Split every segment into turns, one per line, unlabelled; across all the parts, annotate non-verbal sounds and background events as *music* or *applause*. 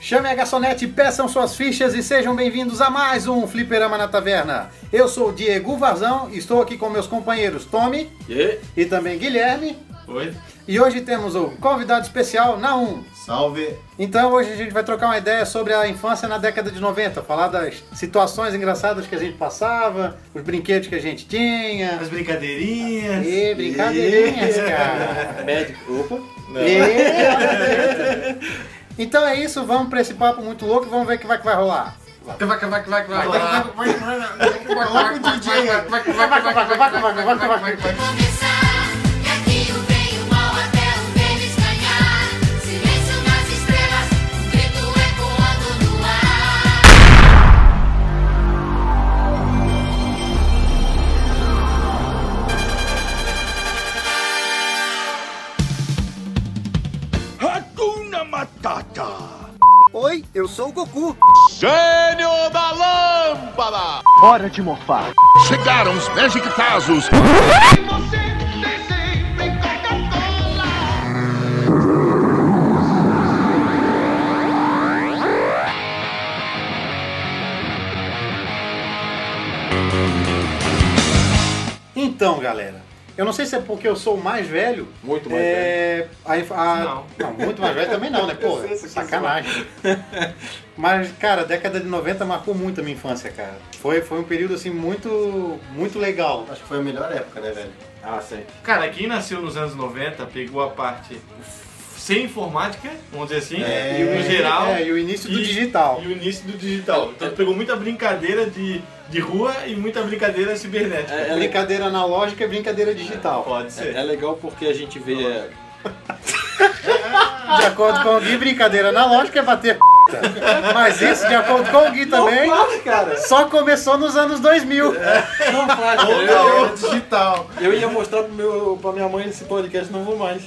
Chame a garçonete, peçam suas fichas e sejam bem-vindos a mais um Fliperama na Taverna. Eu sou o Diego Vazão e estou aqui com meus companheiros Tommy
E?
e também Guilherme.
Oi?
E hoje temos o convidado especial, Naum.
Salve!
Então hoje a gente vai trocar uma ideia sobre a infância na década de 90, falar das situações engraçadas que a gente passava, os brinquedos que a gente tinha.
As brincadeirinhas!
E brincadeirinhas,
E-
cara.
É Médico. Opa.
Não.
E- *laughs* Então é isso, vamos pra esse papo muito louco e vamos ver o que vai que vai rolar.
Coloca o DJ!
começar. E aqui o bem e o mal até um deles ganhar. Silêncio nas estrelas, um grito ecoando no ar.
Oi, eu sou o Goku.
Gênio da Lâmpada!
Hora de morfar.
Chegaram os Mexicanos!
Então, galera, eu não sei se é porque eu sou o mais velho.
Muito mais
é, a inf- a-
Não.
muito mais velho também não, né? Pô,
*laughs* Eu sei, isso aqui é
sacanagem. Mas, cara, a década de 90 marcou muito a minha infância, cara. Foi, foi um período, assim, muito, muito legal.
Acho que foi a melhor época, né, velho?
Ah, sim.
Cara, quem nasceu nos anos 90 pegou a parte f- sem informática, vamos dizer assim,
É.
e no geral.
É, e o início do
e-
digital.
E o início do digital. Então pegou muita brincadeira de, de rua e muita brincadeira cibernética.
É, é legal.
brincadeira analógica e brincadeira digital.
Pode ser.
É legal porque a gente vê. é,
De acordo com o Gui, brincadeira analógica é bater p***. Mas isso, de acordo com o Gui também,
faz, cara!
só começou nos anos 2000.
Não faz, cara! Eu,
Era digital!
eu ia mostrar pro meu, pra minha mãe nesse podcast, não vou mais.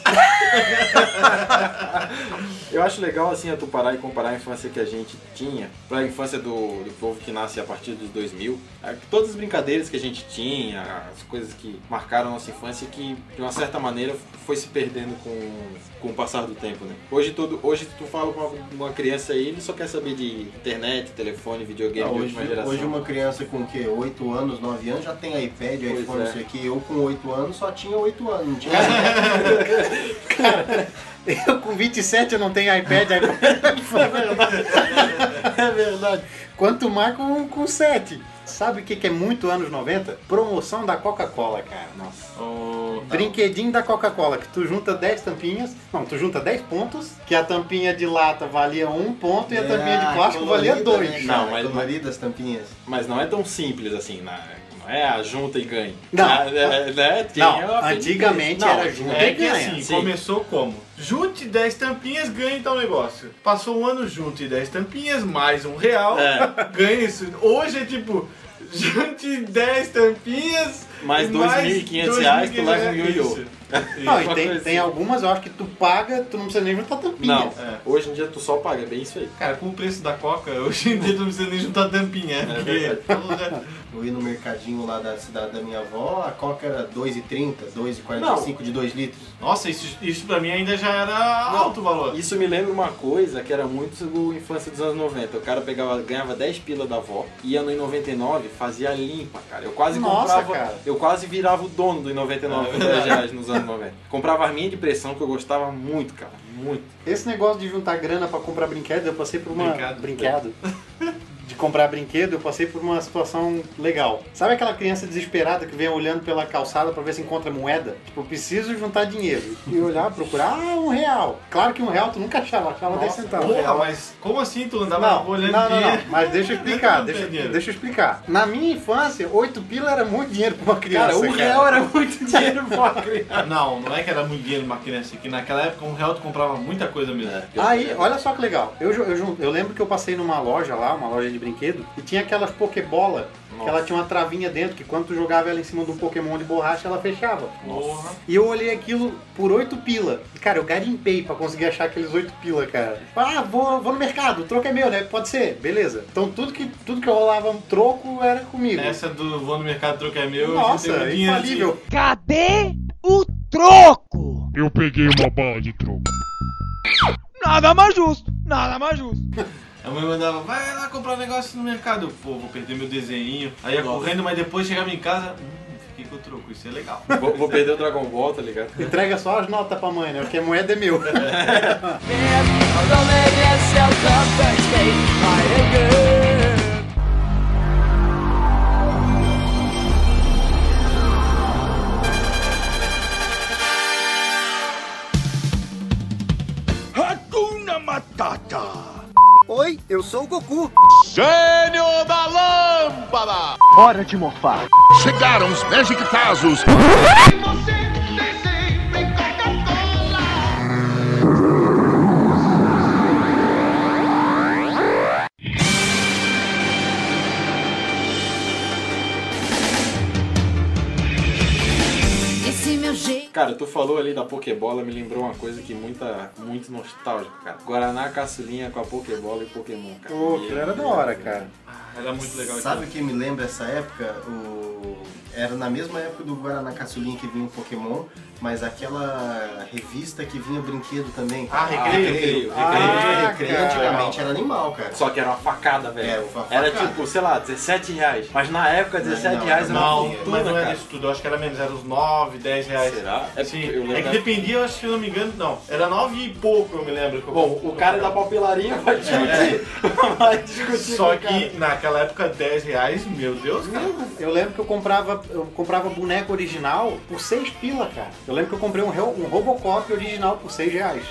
Eu acho legal, assim, a tu parar e comparar a infância que a gente tinha pra infância do, do povo que nasce a partir dos 2000. É, Todas as brincadeiras que a gente tinha, as coisas que marcaram a nossa infância que, de uma certa maneira, foi se perdendo com, com o passar do tempo, né? Hoje, todo, hoje tu fala com uma, uma criança aí, ele só quer saber de internet, telefone, videogame,
Ah,
de
hoje,
última geração.
hoje uma criança com o quê? 8 anos, 9 anos já tem iPad,
Pois
iPhone,
é.
não sei o que. Eu com 8 anos só tinha 8 anos, não tinha
Eu com 27 eu não tenho iPad,
*laughs*
iPhone.
É verdade.
Quanto mais com, com 7. Sabe o que, que é muito anos 90? Promoção da Coca-Cola, cara.
Nossa.
Oh,
Brinquedinho da Coca-Cola, que tu junta 10 tampinhas. Não, tu junta 10 pontos, que a tampinha de lata valia 1 ponto e um a tampinha
Ah,
de plástico valia 2.
Não,
Não,
mas-
mas. Coloridas tampinhas.
Mas não é tão simples assim, né? Não é a junta e ganha.
Não.
É, é, né? Tinha
Não,
uma-
antigamente
Não,
era junto
É
e
que
ganha.
assim,
Sim.
começou como? Junte 10 tampinhas, ganhe tal negócio. Passou um ano, junte 10 tampinhas, mais um real,
É.
ganhe isso. Hoje é tipo, junte 10 tampinhas,
Mais 2.500 reais, tu leva um
2.500 reais.
ioiô.
Isso.
Não, e
Uma
tem,
coisa
tem
assim.
algumas, eu acho que tu paga, tu não precisa nem juntar tampinha.
Não, hoje em dia tu só paga, é bem isso aí.
Cara, com o preço da coca, *laughs* hoje em dia tu não precisa nem juntar tampinha.
É verdade.
porque todo lugar-
Eu ia no mercadinho lá da cidade da minha avó, a coca era 2,30, 2,45 de 2 litros.
Nossa, isso, isso pra mim ainda já era
Não,
alto o valor.
Isso me lembra uma coisa que era muito do infância dos anos 90. O cara pegava, ganhava 10 pila da avó, ia no I99, fazia a limpa, cara. Eu quase
Nossa,
comprava.
cara. É.
Eu quase virava o dono do I99 com 10 reais nos anos 90. Comprava a minha de pressão que eu gostava muito, cara. Muito.
Esse negócio de juntar grana pra comprar brinquedo, eu passei por uma.
Brincado.
Brinquedo. De comprar brinquedo, eu passei por uma situação legal. Sabe aquela criança desesperada que vem olhando pela calçada pra ver se encontra moeda? Tipo, eu preciso juntar dinheiro. E olhar, procurar, ah, um real. Claro que um real tu nunca achava, achava 10
é
centavos.
um
Porra, mas como assim tu andava
Não, não,
olhando
não,
dinheiro?
não, mas deixa eu explicar,
Não tem
deixa,
dinheiro.
deixa eu explicar. Na minha infância, 8 pila era muito dinheiro pra uma criança.
cara, um real era
*laughs*
muito dinheiro pra uma criança.
Não, não é que era muito dinheiro uma criança, que naquela época um real tu comprava muita coisa mesmo.
Aí, olha só que legal. Eu, ju- eu, ju- eu lembro que eu passei numa loja lá, uma loja de brinquedo, e tinha aquelas pokebola, que
Nossa.
ela tinha uma travinha dentro, que quando tu jogava ela em cima de um Pokémon de borracha, ela fechava.
Porra.
E eu olhei aquilo por 8 pila. E, Cara, eu garimpei pra conseguir achar aqueles 8 pila, cara. Ah, vou, vou no mercado, o troco é meu, né? Pode ser, beleza. Então tudo que, tudo que eu rolava um troco era comigo.
Essa do vou no mercado troca é meu, eu juntei
Nossa,
um dinheiro
infalível.
Cadê o troco?
Eu peguei uma bala de troco.
Nada mais justo, nada mais justo.
A mãe mandava, vai lá comprar um negócio no mercado. Eu, Pô, vou perder meu desenhinho. Aí ia correndo, mas depois chegava em casa, hum, fiquei com o troco, isso é legal.
Vou, vou perder o Dragon Ball, tá ligado?
Entrega só as notas pra mãe, né? Porque a moeda é
*laughs*
meu.
Hakuna Matata.
Oi, eu sou o Goku.
Gênio da Lâmpada!
Hora de morfar.
Chegaram os Magic Tazos.
Esse meu jeito.
Cara, tu falou ali da Pokébola, me lembrou uma coisa que muita, muito nostálgico, cara. Guaraná Caçulinha com a Pokébola e Pokémon, cara.
Pô, aquilo era da hora, cara.
Era muito legal. isso.
então.
Sabe o que me lembra essa época? O... Era na mesma época do Guaraná Caçulinha que vinha o Pokémon, mas aquela revista que vinha brinquedo também.
Ah, recreio. é
recreio, recreio.
Ah,
recreio
cara.
antigamente era animal, cara.
Só que era uma facada, velho.
É, uma
Era
facada.
tipo, sei lá, 17 reais. Mas na época, 17
não,
reais era assim, uma
não,
Não,
fortuna,
mas não é era
cara.
isso tudo, eu acho que era menos, era uns 9, 10 reais.
Será? É,
Sim,
porque eu lembro-
é que dependia, eu acho que se eu não me engano, não. Era 9 e pouco, eu me lembro. que eu-
Bom, o cara da papelaria vai discutir. Vai discutir
Só
com o cara.
que naquela época, 10 reais, meu Deus, cara.
Eu lembro que eu comprava, eu comprava boneco original por 6 pila, cara. Eu lembro que eu comprei um, Hel- um Robocop original por 6 reais.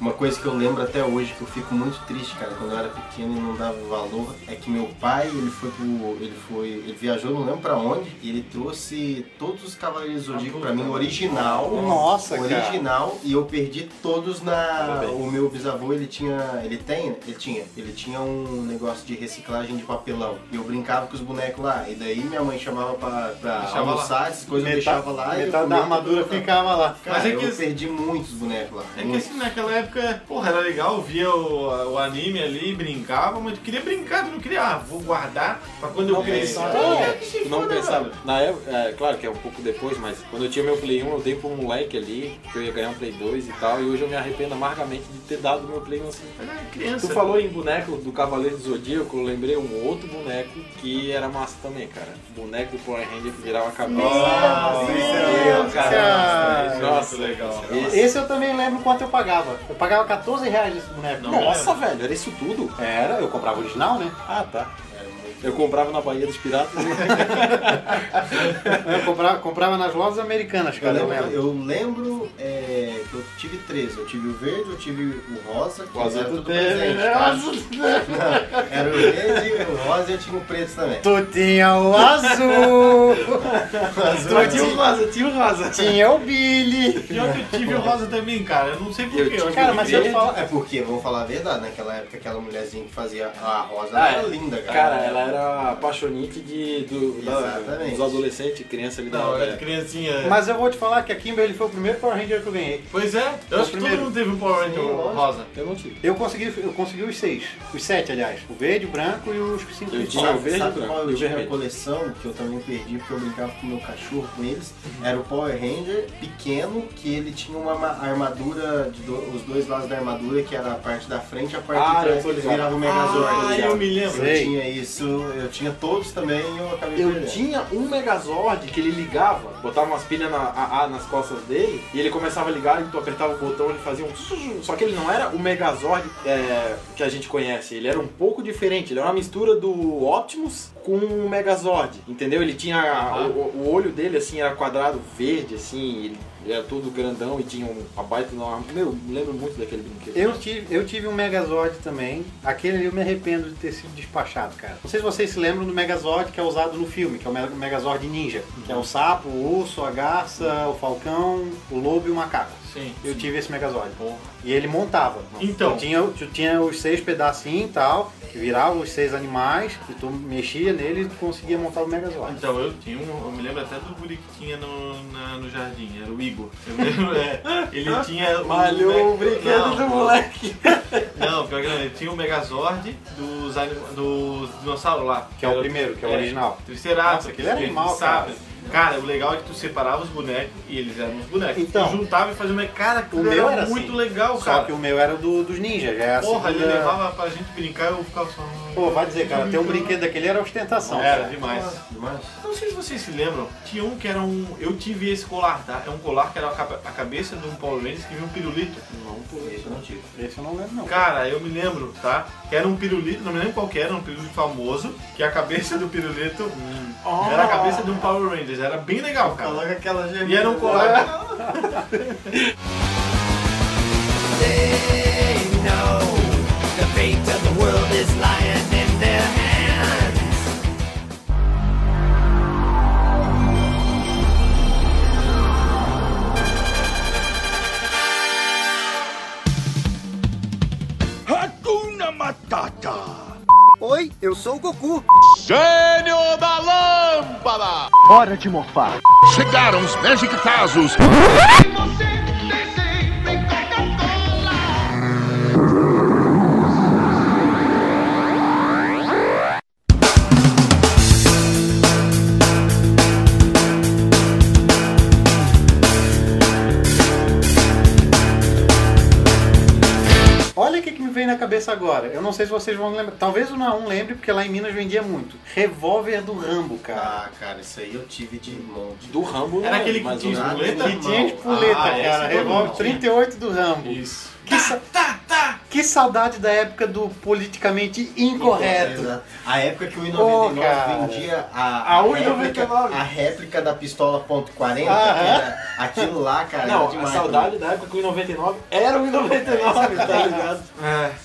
Uma coisa que eu lembro até hoje, que eu fico muito triste, cara, quando eu era pequeno e não dava valor, é que meu pai, ele foi pro. ele foi. ele viajou, não lembro pra onde, e ele trouxe todos os Cavaleiros do Zodíaco pra mim, o original.
Nossa,
o
cara.
original, e eu perdi todos
Tudo
na.
bem.
O meu bisavô, ele tinha. ele tem? Ele tinha. Ele tinha um negócio de reciclagem de papelão. E eu brincava com os bonecos lá. E daí minha mãe chamava pra, pra
Deixava
almoçar, essas coisas eu
Metade,
deixava lá e eu
metade da
comia
armadura
tudo.
ficava lá.
Cara,
Mas é que-
eu perdi muitos bonecos lá.
É que
muitos.
assim, naquela época, porra, era legal, eu via o, o anime ali, brincava, mas tu queria brincar, tu não queria, ah, vou guardar pra quando eu
Não
crescer.
pensava.
É, que se
Tu não
foda,
pensava.
velho.
Na época, é, claro que é um pouco depois, mas quando eu tinha meu Play 1, eu dei pra um moleque ali, que eu ia ganhar um Play 2 e tal, e hoje eu me arrependo amargamente de ter dado meu Play 1 assim.
Era criança.
Tu falou em boneco do Cavaleiro do Zodíaco, eu lembrei um outro boneco que era massa também, cara. Boneco do Power Ranger que virava a cabeça.
né?
Nossa, isso
Meu
é legal,
Deus,
cara.
cara.
Isso é
Nossa.
muito legal.
Esse-
Esse eu também lembro quanto eu pagava. Eu pagava 14 reais esse boneco.
Não.
Nossa, velho, era isso tudo?
Era, eu comprava original, né?
Ah, tá. Eu comprava na Bahia dos Piratas.
Eu comprava, comprava nas lojas americanas,
Eu
cara, eu
lembro,
lembro.
eu lembro, é, que eu tive três. Eu tive o verde, eu tive o rosa, que
O azul
era
tu
tudo
teve,
presente,
né?
tá? *laughs* Não, Era o verde, o rosa e eu tinha o preto
Tá
também.
Tu tinha o azul, *laughs*
Tu tinha o Rasa, tinha o Rasa.
tinha o Billy.
Pior que eu tive o rosa também, cara, eu não sei
Eu
porquê.
tive
Cara, mas se eu te falar.
É porque, vamos falar a verdade, naquela época aquela mulherzinha que fazia a rosa
Ah,
era
é.
linda, cara.
Cara, ela era apaixonite de, do, da-
Exatamente.
dos adolescentes, criança ali
Não,
da
era criancinha.
Mas eu vou te falar que a Kimberly foi o primeiro Power Ranger que eu ganhei.
Pois é, eu acho que todo
primeiro.
mundo teve um Power Ranger
Sim, lógico.
rosa.
Eu não tive.
Eu consegui, eu consegui os seis. Os sete, aliás. O verde, o branco e os cinco.
Eu
que
tinha
faltam.
o verde,
Sabe
branco
qual
e
eu
o
tinha na
vermelho.
coleção, que eu também perdi porque eu brincava com o meu cachorro com eles? Era o Power Ranger pequeno, que ele tinha uma ma- armadura, de do- os dois lados da armadura, que era a parte da frente e a parte
Ah,
de
eu
trás,
tô
que eles
ligado.
viravam o Megazord. tá
Ah,
ligado?
eu me lembro.
Sei.
Eu tinha isso, eu tinha todos também e eu acabei
Eu
perdendo.
tinha um Megazord que ele ligava, botava umas pilhas na, a- a- nas costas dele e ele começava a ligar e tu apertava o botão ele fazia um... zzzz. Só que ele não era o Megazord é, que a gente conhece, ele era um pouco diferente, ele era uma mistura do Optimus com o Megazord, entendeu? Ele tinha... a- o, o olho dele, assim, era quadrado verde, assim, ele era todo grandão e tinha um, uma baita... na- Meu, lembro muito daquele brinquedo.
Eu tive, eu tive um Megazord também. Aquele ali eu me arrependo de ter sido despachado, cara. Não sei se vocês se lembram do Megazord que é usado no filme, que é o Me- Megazord Ninja. Que é o sapo, o urso, a garça, o falcão, o lobo e o macaco.
Sim.
Eu tive esse Megazord. E ele montava.
Então.
Tu tinha, tu tinha os seis pedacinhos e tal, que viravam os seis animais, e tu mexia nele e tu conseguia montar o Megazord.
Então, eu tinha um, eu me lembro até do guri que tinha no, na- no jardim, era o Igor. Eu lembro, é, ele tinha. um
Malhou o
mega-
brinquedo
não,
do moleque.
Não, pior que não, ele tinha o Megazord dos, anim- dos dinossauros lá.
Que é o primeiro, que é o original.
Triceratops,
Nossa, aquele era animal,
sabe?
cara.
Cara, o legal é que tu separava os bonecos e eles eram os bonecos.
Então.
tu juntava e fazia uma. Cara,
O
o meu
meu
era,
era
muito
assim.
legal,
Só
cara.
que o meu era do, dos ninjas, já é a
Porra, ele
segunda-
levava pra gente brincar e eu ficava só. hum.
Pô, vai dizer, cara, ter um brinquedo daquele era ostentação.
Era
cara.
demais.
Demais.
Não sei se vocês se lembram, tinha um que era um. Eu tive esse colar, tá? É um colar que era a capa- a cabeça de um Power Rangers que vinha um pirulito.
Não, pô, isso eu não tive.
Esse eu não lembro, não.
Cara, eu me lembro, tá? Que era um pirulito, não me lembro qual que era, um pirulito famoso, que a cabeça do pirulito
Hum.
era a cabeça de um Power Rangers. Era bem legal, cara.
aquela gemida.
E era um colar.
Hakuna Matata.
Oi, eu sou o Goku.
Gênio da Lâmpada!
Hora de morfar.
Chegaram os Magic Tazos!
Olha o que, que me veio na cabeça agora. Eu não sei se vocês vão lembrar. Talvez o Naum lembre, porque lá em Minas vendia muito. Revólver do Rambo, cara.
Ah, cara, isso aí eu tive de monte.
Do Rambo,
Era
não,
aquele que
mas
tinha
o-
nada
espoleta?
normal.
que tinha espoleta,
Ah, esse
cara.
todo
Revólver
mundo tinha.
38 do Rambo.
Isso.
Que, sa-
tá,
que saudade da época do politicamente incorreto.
Exato. A época que o
Ô, cara.
I-99 vendia a,
A 1,99.
réplica, a réplica da pistola .40, que
Aham.
era aquilo lá, cara,
Não,
era demais.
a saudade da época que o I-99 era o
*laughs*
I-99,
É,
tá ligado?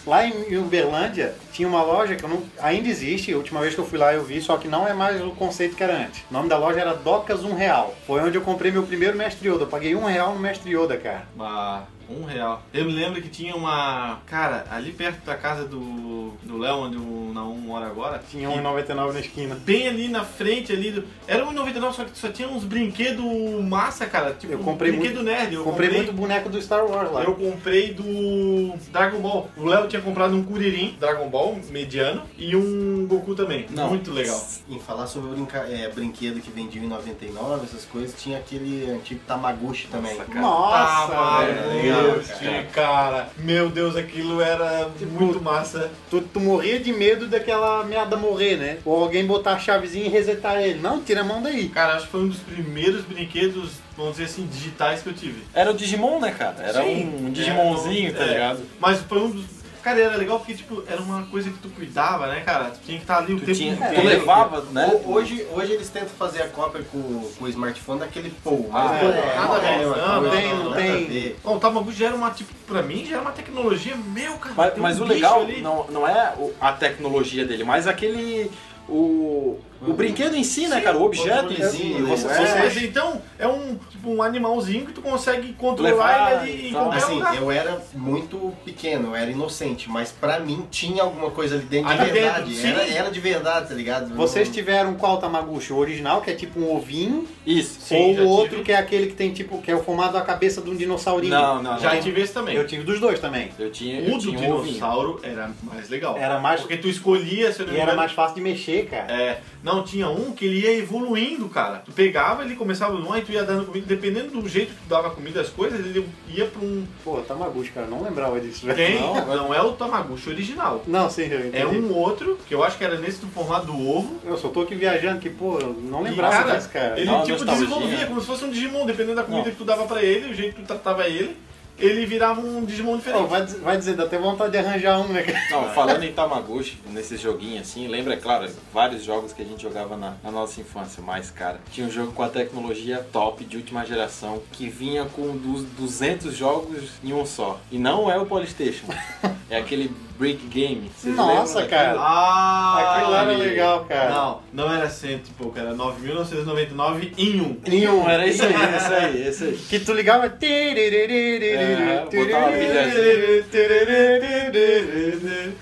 Lá em Uberlândia tinha uma loja que eu não, ainda existe, a última vez que eu fui lá eu vi, só que não é mais o conceito que era antes. O nome da loja era Docas um Real. Foi onde eu comprei meu primeiro Mestre Yoda. Eu paguei um real no Mestre Yoda, cara.
Uma, um real. Eu me lembro que tinha uma. Cara, ali perto da casa do. do Léo, onde o Naum mora agora.
Tinha
e
1,99 na esquina.
Bem ali na frente ali. Do, era 1,99, só que só tinha uns brinquedos massa, cara. Tipo,
Eu comprei
brinquedo nerd. Eu
comprei, muito boneco do Star Wars lá.
Eu comprei do Dragon Ball. O Léo tinha comprado um Kuririn Dragon Ball mediano e um Goku também.
Não.
Muito legal.
Em falar sobre brinca- é, brinquedo que vendia em 99, essas coisas, tinha aquele antigo Tamaguchi também.
Nossa,
Tava,
velho.
legal,
Deus, cara. Meu Deus, aquilo era
Tipo,
muito massa.
Tu, tu morria de medo daquela merda morrer, né? Ou alguém botar a chavezinha e resetar ele. Não, tira a mão daí.
Cara, acho que foi um dos primeiros brinquedos, vamos dizer assim, digitais que eu tive.
Era o Digimon, né, cara? Era
Sim.
um, um Digimonzinho, tá
É.
ligado?
Mas foi um dos. Cara, era legal porque, tipo, era uma coisa que tu cuidava, né, cara? Tu tinha que estar ali o
Tu,
tempo
tinha, tu
inteiro.
levava,
é,
né?
Ho- Hoje, hoje eles tentam fazer a cópia com, com o smartphone daquele Pou.
Ah,
mas,
é.
pô,
Nada a ver,
é uma
não, não,
coisa,
tem, não
nada
tem.
a ver.
Bom, o Tamagu já era uma, tipo, pra mim já era uma tecnologia, meu, cara.
Mas,
tem um
mas o
bicho
legal
ali.
não, não é o- a tecnologia dele, mas aquele. O, o brinquedo em si, né, cara? O objeto em si.
controlezinho,
o-
Você-
é.
ou seja, então, é um, tipo, um animalzinho que tu consegue controlar
Levar,
ele ali em
então,
qualquer
Assim,
lugar.
eu era muito pequeno, eu era inocente, mas pra mim tinha alguma coisa ali dentro
Ali
de
dentro,
verdade.
sim.
era, era de verdade, tá ligado?
Vocês tiveram qual Tamaguchi? O original, que é tipo um ovinho,
Isso.
Sim,
ou
já
o outro
tive.
que é aquele que tem tipo, que é o formado da cabeça de um dinossaurinho?
Não, não,
Já
não.
tive esse também.
Eu tive dos dois também.
Eu tinha.
O
Eu
do
tinha um ovinho.
dinossauro era mais legal.
Era mais-
Porque tu escolhia, se eu não
E
me
era
engano,
mais fácil de mexer, cara.
É, não, tinha um que ele ia evoluindo, cara. Tu pegava, ele começava num, aí tu ia dando comida. Dependendo do jeito que tu dava comida, as coisas, ele ia pra um.
Pô, Tamaguchi, cara, não lembrava disso. velho.
Tem,
Não,
não, é o Tamaguchi original.
não sim, eu entendi.
É um outro, que eu acho que era nesse do formato do ovo.
Eu só tô aqui viajando que, pô, eu não
E,
lembrava disso, cara.
Ele
Dá uma
tipo
nostalgia.
desenvolvia, como se fosse um Digimon, dependendo da comida
Não.
que tu dava pra ele, o jeito que tu tratava ele, ele virava um Digimon
Pô,
diferente.
vai, dizer- vai dizer, dá até vontade de arranjar um, né, cara?
Não, falando em Tamaguchi, nesses joguinhos assim, lembra, é claro, vários jogos que a gente jogava na, na nossa infância, mas, cara, tinha um jogo com a tecnologia top de última geração que vinha com du- 200 jogos em um só. E não é
*laughs*
o Polystation, é aquele Brick Game. Vocês
Nossa,
lembram daquilo?
cara.
Ah,
Aquilo lá era
ali.
legal, cara.
Não, não era cento e pouco, era 9.999 em um.
Nenhum, era isso aí, isso aí, isso aí.
Que tu ligava.
É, botava uma
assim.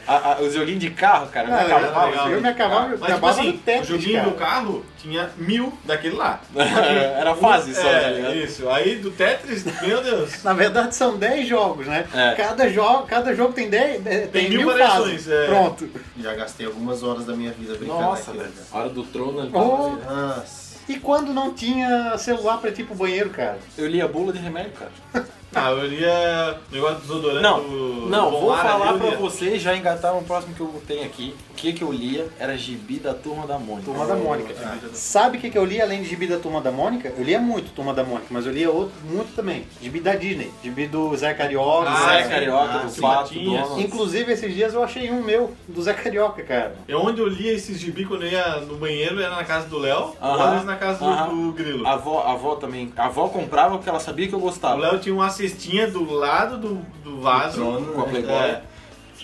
A- a- os joguinhos de carro, cara,
Ah,
me acabava.
legal.
Eu me acabava, eu
Mas, tipo
acabava
assim,
no Tetris,
o joguinho
cara.
do carro tinha mil daquele
*laughs*
lá.
Era fase só, tá
é,
ligado?
isso. Aí do Tetris, meu Deus.
Na verdade são 10 jogos, né?
É.
Cada, jogo, cada jogo tem 10, eh, tem tem mil fases.
é.
Pronto.
Já gastei algumas horas da minha vida brincando
Nossa,
naquilo,
velho.
cara.
Hora do trono né? ali.
Oh.
Nossa.
E quando não tinha celular pra ir pro banheiro, cara?
Eu li a bula de remédio, cara.
Ah, eu lia o negócio do desodorante.
Não,
do-
não,
do
vou
Bonara ali,
falar
eu
pra
lia.
vocês já engatar o próximo que eu tenho aqui. O que que eu lia era gibi da Turma da Mônica.
Turma da Mônica. Sabe o que, que eu li além de gibi da Turma da Mônica? Eu lia muito Turma da Mônica, mas eu lia outro muito também. Gibi da Disney. Gibi do Zé Carioca.
Ah,
Zé-
Zé
sim.
Carioca,
Ah,
do
sim.
Pato, do
Tinha.
Donald.
Inclusive, esses dias eu achei um meu, do Zé Carioca, cara.
É onde eu lia esses gibi quando eu ia no banheiro, era na casa do Léo, ou
Aham.
às vezes na casa do-
Aham. Ah,
do, Grilo.
A avó, a avó também. A avó comprava porque ela sabia que eu
O
gostava.
Léo tinha uma cestinha do lado do, do vaso.
trono,
Com a Playboy.
é,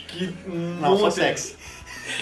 que um
Não, só
monte-
sexy.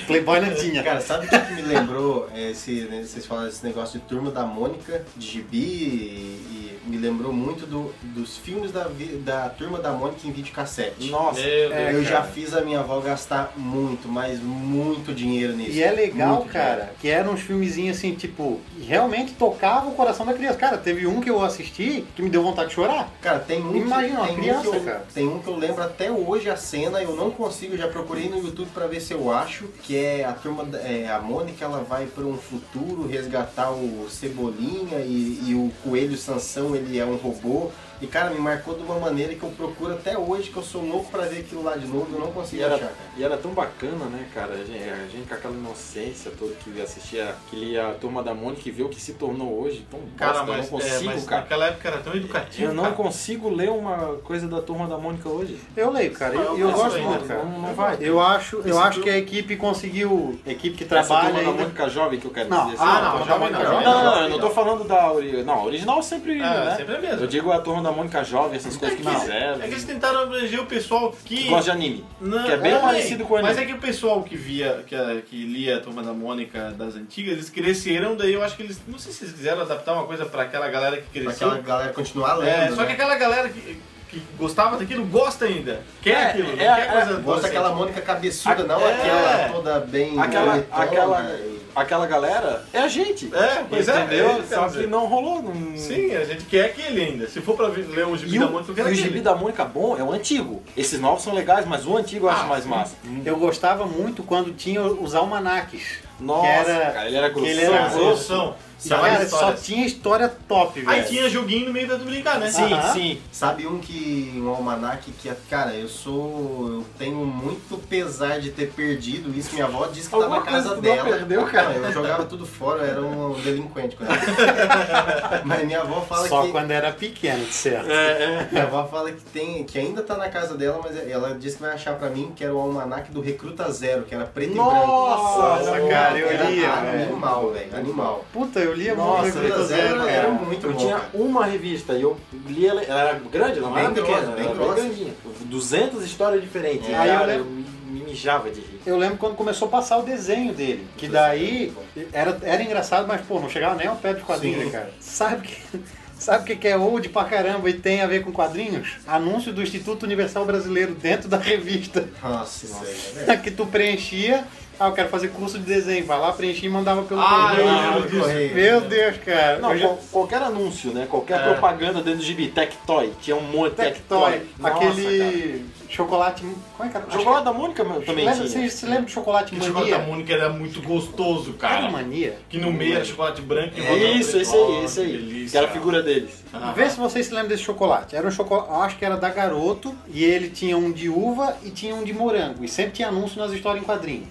Playboy não tinha.
Cara, sabe o que, que me lembrou? é, Esse, né, vocês falaram desse negócio de turma da Mônica, de gibi, e, e me lembrou muito do- dos filmes da, vi- da turma da Mônica em videocassete.
Meu
Nossa.
É,
Deus,
eu
cara.
já fiz a minha avó gastar muito, mas muito dinheiro nisso.
E é legal,
Muito
cara, que eram uns filmezinhos assim, tipo, que realmente tocava o coração da criança. Cara, teve um que eu assisti que me deu vontade de chorar.
Cara, tem um,
Imagina uma
tem
criança,
um que eu,
cara.
Tem um que eu lembro até hoje a cena, eu não consigo, já procurei no YouTube pra ver se eu acho, que é a turma, da- é, a Mônica, ela vai pra um futuro resgatar o Cebolinha e, e o Coelho Sansão, ele é um robô. E cara, me marcou de uma maneira que eu procuro até hoje, que eu sou louco pra ver aquilo lá de novo, eu não
E
consigo
era,
achar, cara.
e era tão bacana, né, cara? A gente, a gente com aquela inocência toda que assistia, que lia a Turma da Mônica e vê o que se tornou hoje. Tão bosta,
Cara, mas,
eu não
é,
consigo,
mas tá
cara.
naquela época era tão educativo.
Eu não
cara.
consigo ler uma coisa da Turma da Mônica hoje.
Eu leio, cara, eu,
Ah, eu
eu
gosto
gosto
ainda,
muito, cara.
Não, não vai.
Eu acho, eu
Esse
acho
tu-
que a equipe conseguiu, a equipe que
Essa
trabalha
Turma da
ainda.
Mônica jovem que eu quero
Não,
dizer. Sim,
ah, não,
a Turma
jovem
da
não,
Mônica
jovem
Não,
não.
não, eu não tô falando da original. Não, a original sempre,
Ah,
né?
sempre é mesmo.
Eu digo a Turma da Mônica jovem, essas coisas que
Não,
fizeram.
É que eles tentaram abranger o pessoal que.
Gosta de anime.
Não,
que é bem
também.
parecido com o anime.
Mas é que o pessoal que via, que, a- que lia a Turma da Mônica das antigas, eles cresceram, daí eu acho que eles. Não sei se eles quiseram adaptar uma coisa pra aquela galera que
Pra
cresceu.
aquela galera continuar lendo,
É, só que
né?
aquela galera que, que gostava daquilo gosta ainda. Quer
É,
aquilo, não
é,
quer
é,
coisa
Gosta
adolescente.
daquela Mônica cabeçuda,
A-
não
é.
aquela toda bem
Aquela,
bonitona
aquela,
e-
né?
aquela galera é a gente.
É, pois é, é
Entendeu?
isso que eu
Só
quero dizer.
que não rolou. Não...
Sim, a gente quer aquele ainda. Se for pra ver- ler um gibi
E
da
o,
Mônica, eu quero
e o
aquele.
gibi da Mônica bom é o antigo. Esses novos são legais, mas o antigo eu acho
Ah,
mais
sim.
massa.
Eu gostava muito quando tinha os almanaques.
Nossa,
era-
cara, ele era
que
grosso.
ele
Era
era
a
grosso.
solução.
Cara,
Várias
só
histórias.
tinha história top, velho.
Aí tinha joguinho no meio da do brincar, né?
Sim,
Aham.
sim.
Sabe um que um almanac que cara, eu sou eu tenho muito pesar de ter perdido isso. Minha avó disse que tá
Alguma
na casa
coisa tu não
dela.
perdeu, cara?
Não, eu jogava tudo fora, eu era um delinquente quando era. criança. Mas minha avó fala
Só
que
quando era pequeno, de certo.
É.
minha avó fala que tem que ainda tá na casa dela, mas ela disse que vai achar pra mim que era o almanac do Recruta Zero, que era preto
Nossa,
e branco.
cara, eu
era
lia,
animal, velho, animal.
Puta, eu lia
Nossa,
muito um- Recruta
Recruta
Zero,
Zero
cara.
era um- muito
Eu
bom.
tinha
cara.
uma revista e eu li ela, ela era grande, ela não
Bem
era
grossa,
pequena,
bem
ela era bem
grossa.
grandinha. 200 histórias diferentes.
É.
E,
Aí eu
cara, eu,
lembro-
me, me mijava de rir.
Eu lembro quando começou a passar o desenho dele. Que daí era, era engraçado, mas pô, não chegava nem ao pé dos quadrinhos,
Sim.
cara. Sabe que. *laughs* Sabe o que que é old pra caramba e tem a ver com quadrinhos? Anúncio do Instituto Universal Brasileiro dentro da *laughs* revista
Nossa, isso aí, né?
que tu preenchia. Ah, eu quero fazer curso de desenho. Vai lá, preenchia e mandava pelo
Ah, eu
correio.
lembro
Ah,
disso.
correio.
Meu Deus, cara.
Não,
Eu já-
qual- qualquer anúncio, né? Qualquer propaganda dentro do gibi, Tectoy, tinha um monte de Tectoy.
É. Tectoy.
Nossa, cara.
Aquele chocolate. Como é que era? Acho
Chocolate da Mônica
que-
também
Lembra-
tinha.
Vocês se lembram do chocolate
Que chocolate da
mania?
Mônica era muito gostoso,
Era
cara.
mania?
Que no meio era chocolate branco e
É
rodava
Isso,
preto.
esse aí,
Oh,
esse aí.
que delícia.
que era a figura deles.
Vê se vocês se lembram desse chocolate. Era um chocolate, acho que era da Garoto, e ele tinha um de uva e tinha um de morango. E sempre tinha anúncio nas histórias em quadrinho.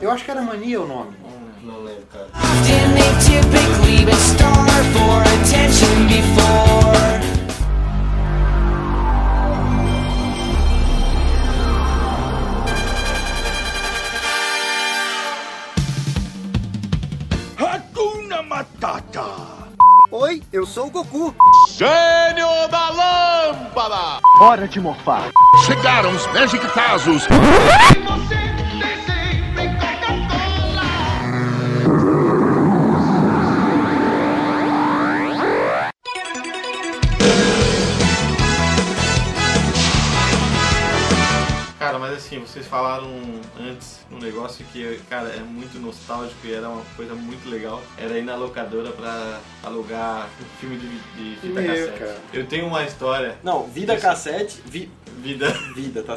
Eu acho que era Mania o nome.
Não lembro, cara.
Often they typically will starve for attention before.
Hakuna Matata!
Oi, eu sou o Goku.
Gênio da Lâmpada!
Hora de morfar.
Chegaram os Magic Tazos.
Cara, mas assim, vocês falaram antes um negócio que, cara, é muito nostálgico e era uma coisa muito legal. Era ir na locadora pra alugar um filme de, de fita
Meu,
cassete.
cara.
Eu tenho uma história.
Não, Vida
Isso.
Cassete, vi,
Vida.
Vida, tá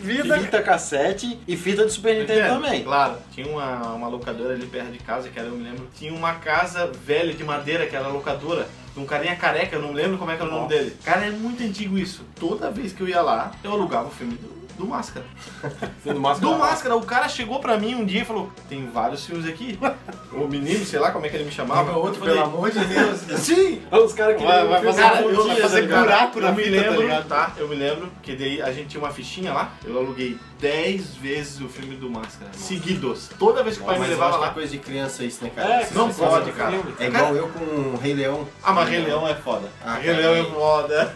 *laughs* Vida.
Fita cassete e fita de Super Nintendo também.
Claro. Tinha uma, uma locadora ali perto de casa, que era, eu me lembro. Tinha uma casa velha de madeira, que era locadora. de Um carinha careca, eu não lembro como é que era o nome dele. Cara, é muito antigo isso. Toda vez que eu ia lá, eu alugava o filme do,
*laughs*
do Máscara.
Do Máscara. né?
Do Máscara, o cara chegou pra mim um dia e falou: Tem vários filmes
*laughs*
aqui. o menino, sei lá como é que ele me chamava.
outro,
Eu falei,
pelo amor de Deus.
Sim!
Os caras que
Vai- vai fazer-
Cara,
um
eu,
dia, fazer
cara,
buraco na
tá eu me
fita, tá
lembro,
ligado?
Eu me lembro que daí a gente tinha uma fichinha lá, eu aluguei 10 vezes o filme do Máscara. Seguidos. Toda vez que o pai me
Mas eu acho
levava
que é
lá.
coisa de criança isso, né, cara?
É,
Essas
não
coisas-
pode, cara.
É igual eu com o Rei Leão.
Ah, mas Rei Leão é foda.
Ah,
Rei Leão é
cara.
foda.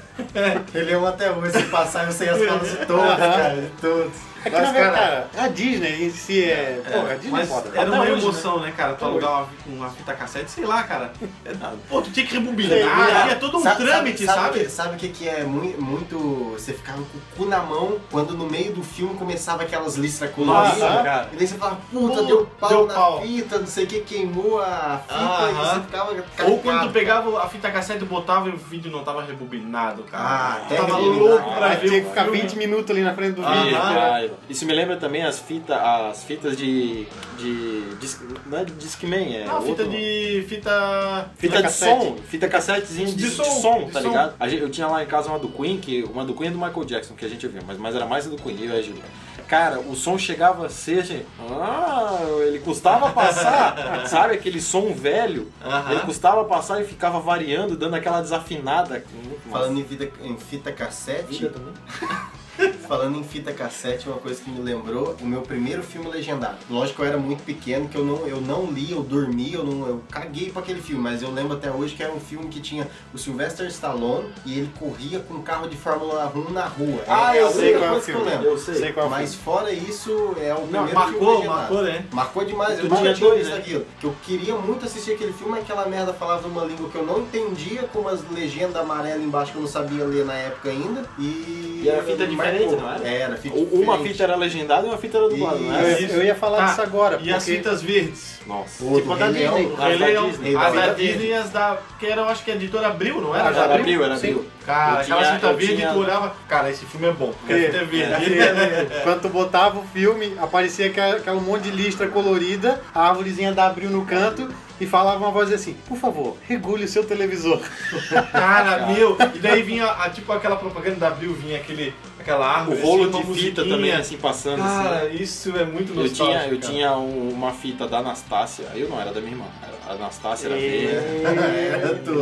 Rei Leão até hoje, se passar, eu sei as falas de todos, cara. De todos.
É que,
Mas,
na verdade,
cara,
cara, a Disney em si é. Pô, a Disney é
Mas
foda.
era
Até
uma
hoje,
emoção, né, cara? Tu alugar uma, uma fita cassete, sei lá, cara. É Pô, tu tinha que rebobinar, tinha todo um trâmite, sabe?
Sabe, o que, que é mui- muito, Você ficava com o cu na mão quando no meio do filme começava aquelas listras coloridas.
Nossa, cara.
E daí você falava, puta,
Pô,
deu pau
deu
na
pau.
fita, não sei o que, queimou a fita
Aham.
e você ficava
Ou quando
cagado.
tu pegava a fita cassete e botava e o vídeo não tava rebobinado, cara.
Ah, até
tava
rebobinar.
louco pra
Vai
ver.
ter
o
que ficar
filme.
20 minutos ali na frente do
Ah,
Ih,
vídeo.
Aham.
caralho. Isso me lembra também as fitas, as fitas de. de. disc- não é de Discman, é.
Não, Ah, fita
outro.
de. fita.
Fita de
cassete.
som, fita cassetezinha de,
De
de
som,
som,
de
tá
som.
ligado? A gente- eu tinha lá em casa uma do Queen, que, uma do Queen e do Michael Jackson, que a gente ouvia, mas, mas era mais a do Queen, eu e a Júlia. Cara, o som chegava a ser, gente, ah, ele custava passar, sabe aquele som velho?
Aham.
Ele custava passar e ficava variando, dando aquela desafinada. Muito massa.
Falando em, vida, em fita cassete,
Vida também.
Falando em fita cassete, uma coisa que me lembrou, o meu primeiro filme legendado. Lógico, eu era muito pequeno, que eu não, eu não li, eu dormi, eu, não, eu caguei pra aquele filme, mas eu lembro até hoje que era um filme que tinha o Sylvester Stallone e ele corria com um carro de Fórmula 1 na rua.
Ah,
É- é
eu
a
sei
única
qual é o
coisa que eu
filme.
lembro.
Eu sei.
Sei qual é o
Mas
filme.
fora isso, é o
Não,
primeiro filme
Marcou,
legendado.
marcou, né?
Marcou demais, eu
Marcou
tinha dois
dois, né?
daquilo. Que eu queria muito assistir aquele filme, aquela merda falava uma língua que eu não entendia, com umas legendas amarelas embaixo que eu não sabia ler na época ainda. E,
E era fita diferente,
marcou.
não era?
Era, fita
U- Uma
diferente.
fita era legendada e uma fita era dublada,
E-
Eu,
né?
ia- eu ia falar
Tá,
disso
É,
agora,
E as
porque
fitas verdes?
Nossa.
Pô,
Tipo
do
a da
Rei Leão.
Disney.
As
Rei
da
Leão,
é um Disney,
é um- as
né?
da
Era
Disney e as da. que era, eu acho que a editora Abril, não era?
Ah, já
Era abril, era
Sim.
abril.
Cara,
é. Eu
aquela
tinha-
fita
eu
verde
tinha-
tu olhava. Cara, esse filme é bom, porque a fita é verde.
*laughs*
Quando tu botava o filme, aparecia é, aquela, aquela um monte de listra colorida, a árvorezinha da abril no canto e falava uma voz assim: Por favor, regule o seu televisor.
Cara, meu. E daí vinha a- tipo aquela propaganda da Abril, vinha aquele, aquela
O
árvore.
rolo
assim,
de
uma
fita
musiquinha.
também, assim, passando, assim.
Cara, isso é muito
Eu
nostálgico.
tinha, eu
cara.
tinha um- uma fita da Anastácia, eu não era da minha irmã, a Anastácia era verde.
*laughs* É
Era do-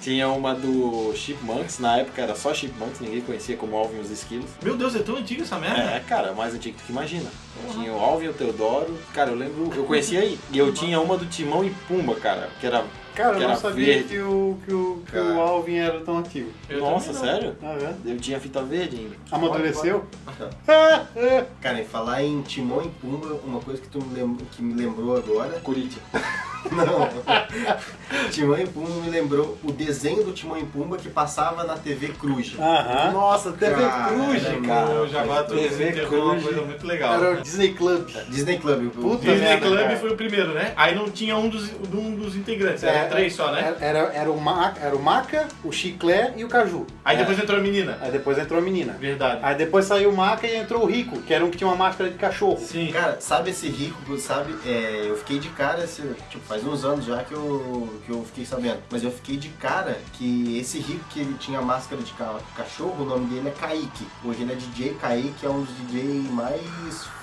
Tinha uma do Chipmunks, na época era só Chipmunks, ninguém conhecia como Alvin e os Esquilos.
Meu Deus, é tão antigo essa merda.
É, cara, mais antigo do que imagina. Tinha o Alvin e o Teodoro, cara, eu lembro, eu conhecia aí. E eu tinha uma do Timão e Pumba, cara, que era.
Cara,
que
eu
era
não sabia
verde.
que o, que, o, que o
Cara.
Alvin era tão antigo.
Eu
Nossa,
também não.
sério?
Tá vendo?
Eu tinha fita verde ainda.
Amadureceu?
Cara, em falar em Timão e Pumba, uma coisa que, tu me lem- que me lembrou agora.
Curitiba.
*laughs* Não. *laughs* Timão e Pumba me lembrou o desenho do Timão e Pumba que passava na TV Cruz.
*laughs* Aham.
Nossa, TV
Cara,
Ah,
é
Cruz,
era
É, cara.
Eu já bato
TV
é uma coisa
Cruz.
muito legal.
Era o Disney Club.
Disney Club. o-
Puta
Disney
merda,
Club
cara. É,
foi o primeiro, né? Aí não tinha um dos, um dos integrantes, eram três só, né?
Era, era, era o Ma- era o Maca, o Chiclé e o Caju. É.
Aí depois entrou a menina.
Aí depois entrou a menina.
Verdade.
Aí depois saiu o Maca e entrou o Rico, que era um que tinha uma máscara de cachorro.
Sim.
Cara, sabe esse rico, sabe? É, eu fiquei de cara, esse- tipo, faz uns anos já que eu, que eu fiquei sabendo. Mas eu fiquei de cara que esse rico que ele tinha máscara de ca- cachorro, o nome dele é Kaique. Hoje ele é DJ Kaique, é um dos DJ mais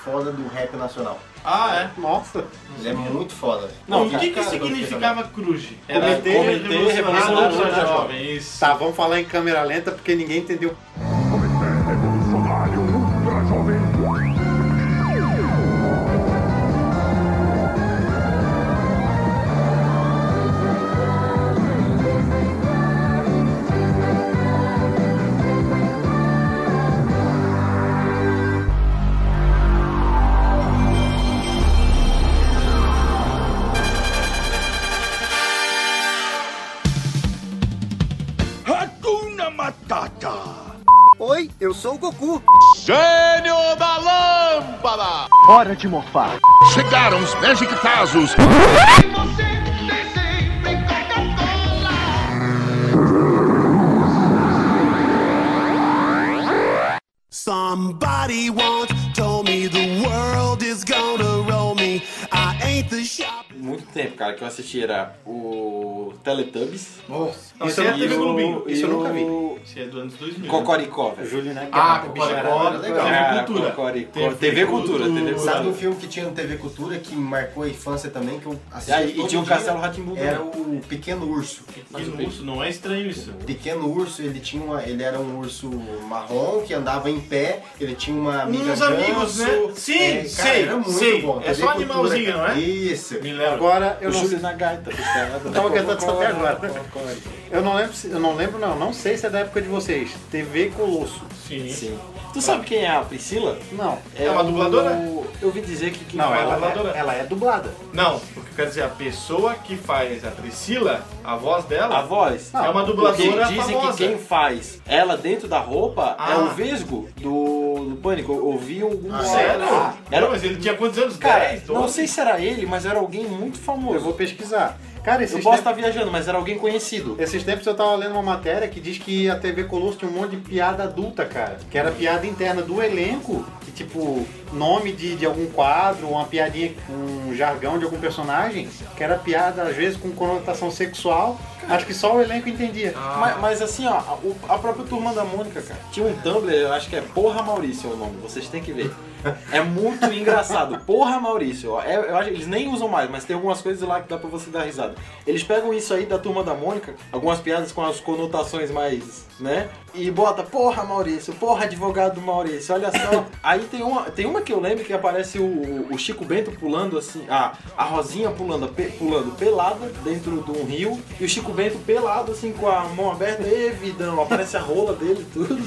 foda do rap nacional.
Ah, é.
Nossa.
Ele é muito foda, velho.
Não,
o que, que
cara,
significava cruz?
Comitê
Revolucionário
Ultra
Ultra
Jovem. Isso.
Tá, vamos falar em câmera lenta porque ninguém entendeu.
Hakuna Matata!
Oi, eu sou o Goku.
Gênio da Lâmpada!
Hora de morfar.
Chegaram os Magic Tazos!
Somebody once told me the world is gonna roll me. I ain't the shop.
Muito tempo, cara, que eu assisti era o Teletubbies.
Não,
Isso
esse
eu
é TV
não-
Globinho.
isso eu
e
nunca vi.
o
Esse é do anos 2000.
Cocoricó, velho.
Júlio, né?
Ah,
que
Cocoricó,
era- bicho, era-
legal.
Cara,
Cultura.
Cocoricó.
TV
TV Cultura,
Cultura.
TV
Sabe um
Cultura.
filme que tinha no TV Cultura que marcou a infância também, que eu assisti.
Ah, E tinha o Castelo Ratimbu.
Era o Pequeno Urso.
Mas o urso não é estranho isso.
Pequeno urso, ele tinha uma, ele era um urso marrom que andava em pé, ele tinha uma amiga
Uns amigos,
ganso. É,
né? Sim, sei,
cara, era muito
sei.
bom.
É
TV
só animalzinho,
Cultura,
não é?
Isso.
Me lembro.
Agora, eu
O
não,
Júlio na gaita. dos caras.
Eu tava cantando isso até agora. eu não lembro, se- eu não lembro não, não sei se é da época de vocês. TV Colosso.
Sim.
Sim. Tu sabe quem é a Priscila?
Não.
É uma
o-
dubladora?
Eu ouvi dizer que quem
Não,
fala-
ela é, ela é dublada.
Não, o que eu quero dizer, a pessoa que faz a Priscila, a voz dela,
A voz.
Não,
é uma
Porque
dubladora
dizem
famosa.
que quem faz ela dentro da roupa é
Ah.
o Vesgo do, do Pânico. Eu ouvi algum...
Sério?
Ah, era-
Não, mas ele tinha quantos anos?
Cara,
10, 12?
não sei se era ele, mas era alguém muito famoso.
Eu vou pesquisar. Cara, esses
Eu posso
tempos,
estar viajando, mas era alguém conhecido.
esses tempos eu tava lendo uma matéria que diz que a TV Colosso tinha um monte de piada adulta, cara. Que era piada interna do elenco, que tipo, nome de, de algum quadro, uma piadinha, um jargão de algum personagem, que era piada, às vezes, com conotação sexual. Acho que só o elenco entendia.
Ah.
Mas, mas assim, ó, a, o- a própria turma da Mônica, cara, tinha um Tumblr, eu acho que é Porra Maurício o nome, vocês têm que ver. É
*laughs*
muito engraçado. Porra Maurício, ó, é- eu acho, eles nem usam mais, mas tem algumas coisas lá que dá pra você dar risada. Eles pegam isso aí da turma da Mônica, algumas piadas com as conotações mais, né? E bota Porra Maurício, Porra Advogado Maurício, olha só. *laughs* aí tem uma, tem uma que eu lembro que aparece o, o Chico Bento pulando assim, ah, a Rosinha pulando, pe- pulando pelada dentro de um rio e o Chico Bento pelado assim com a mão aberta, e vidão, aparece a rola dele e tudo.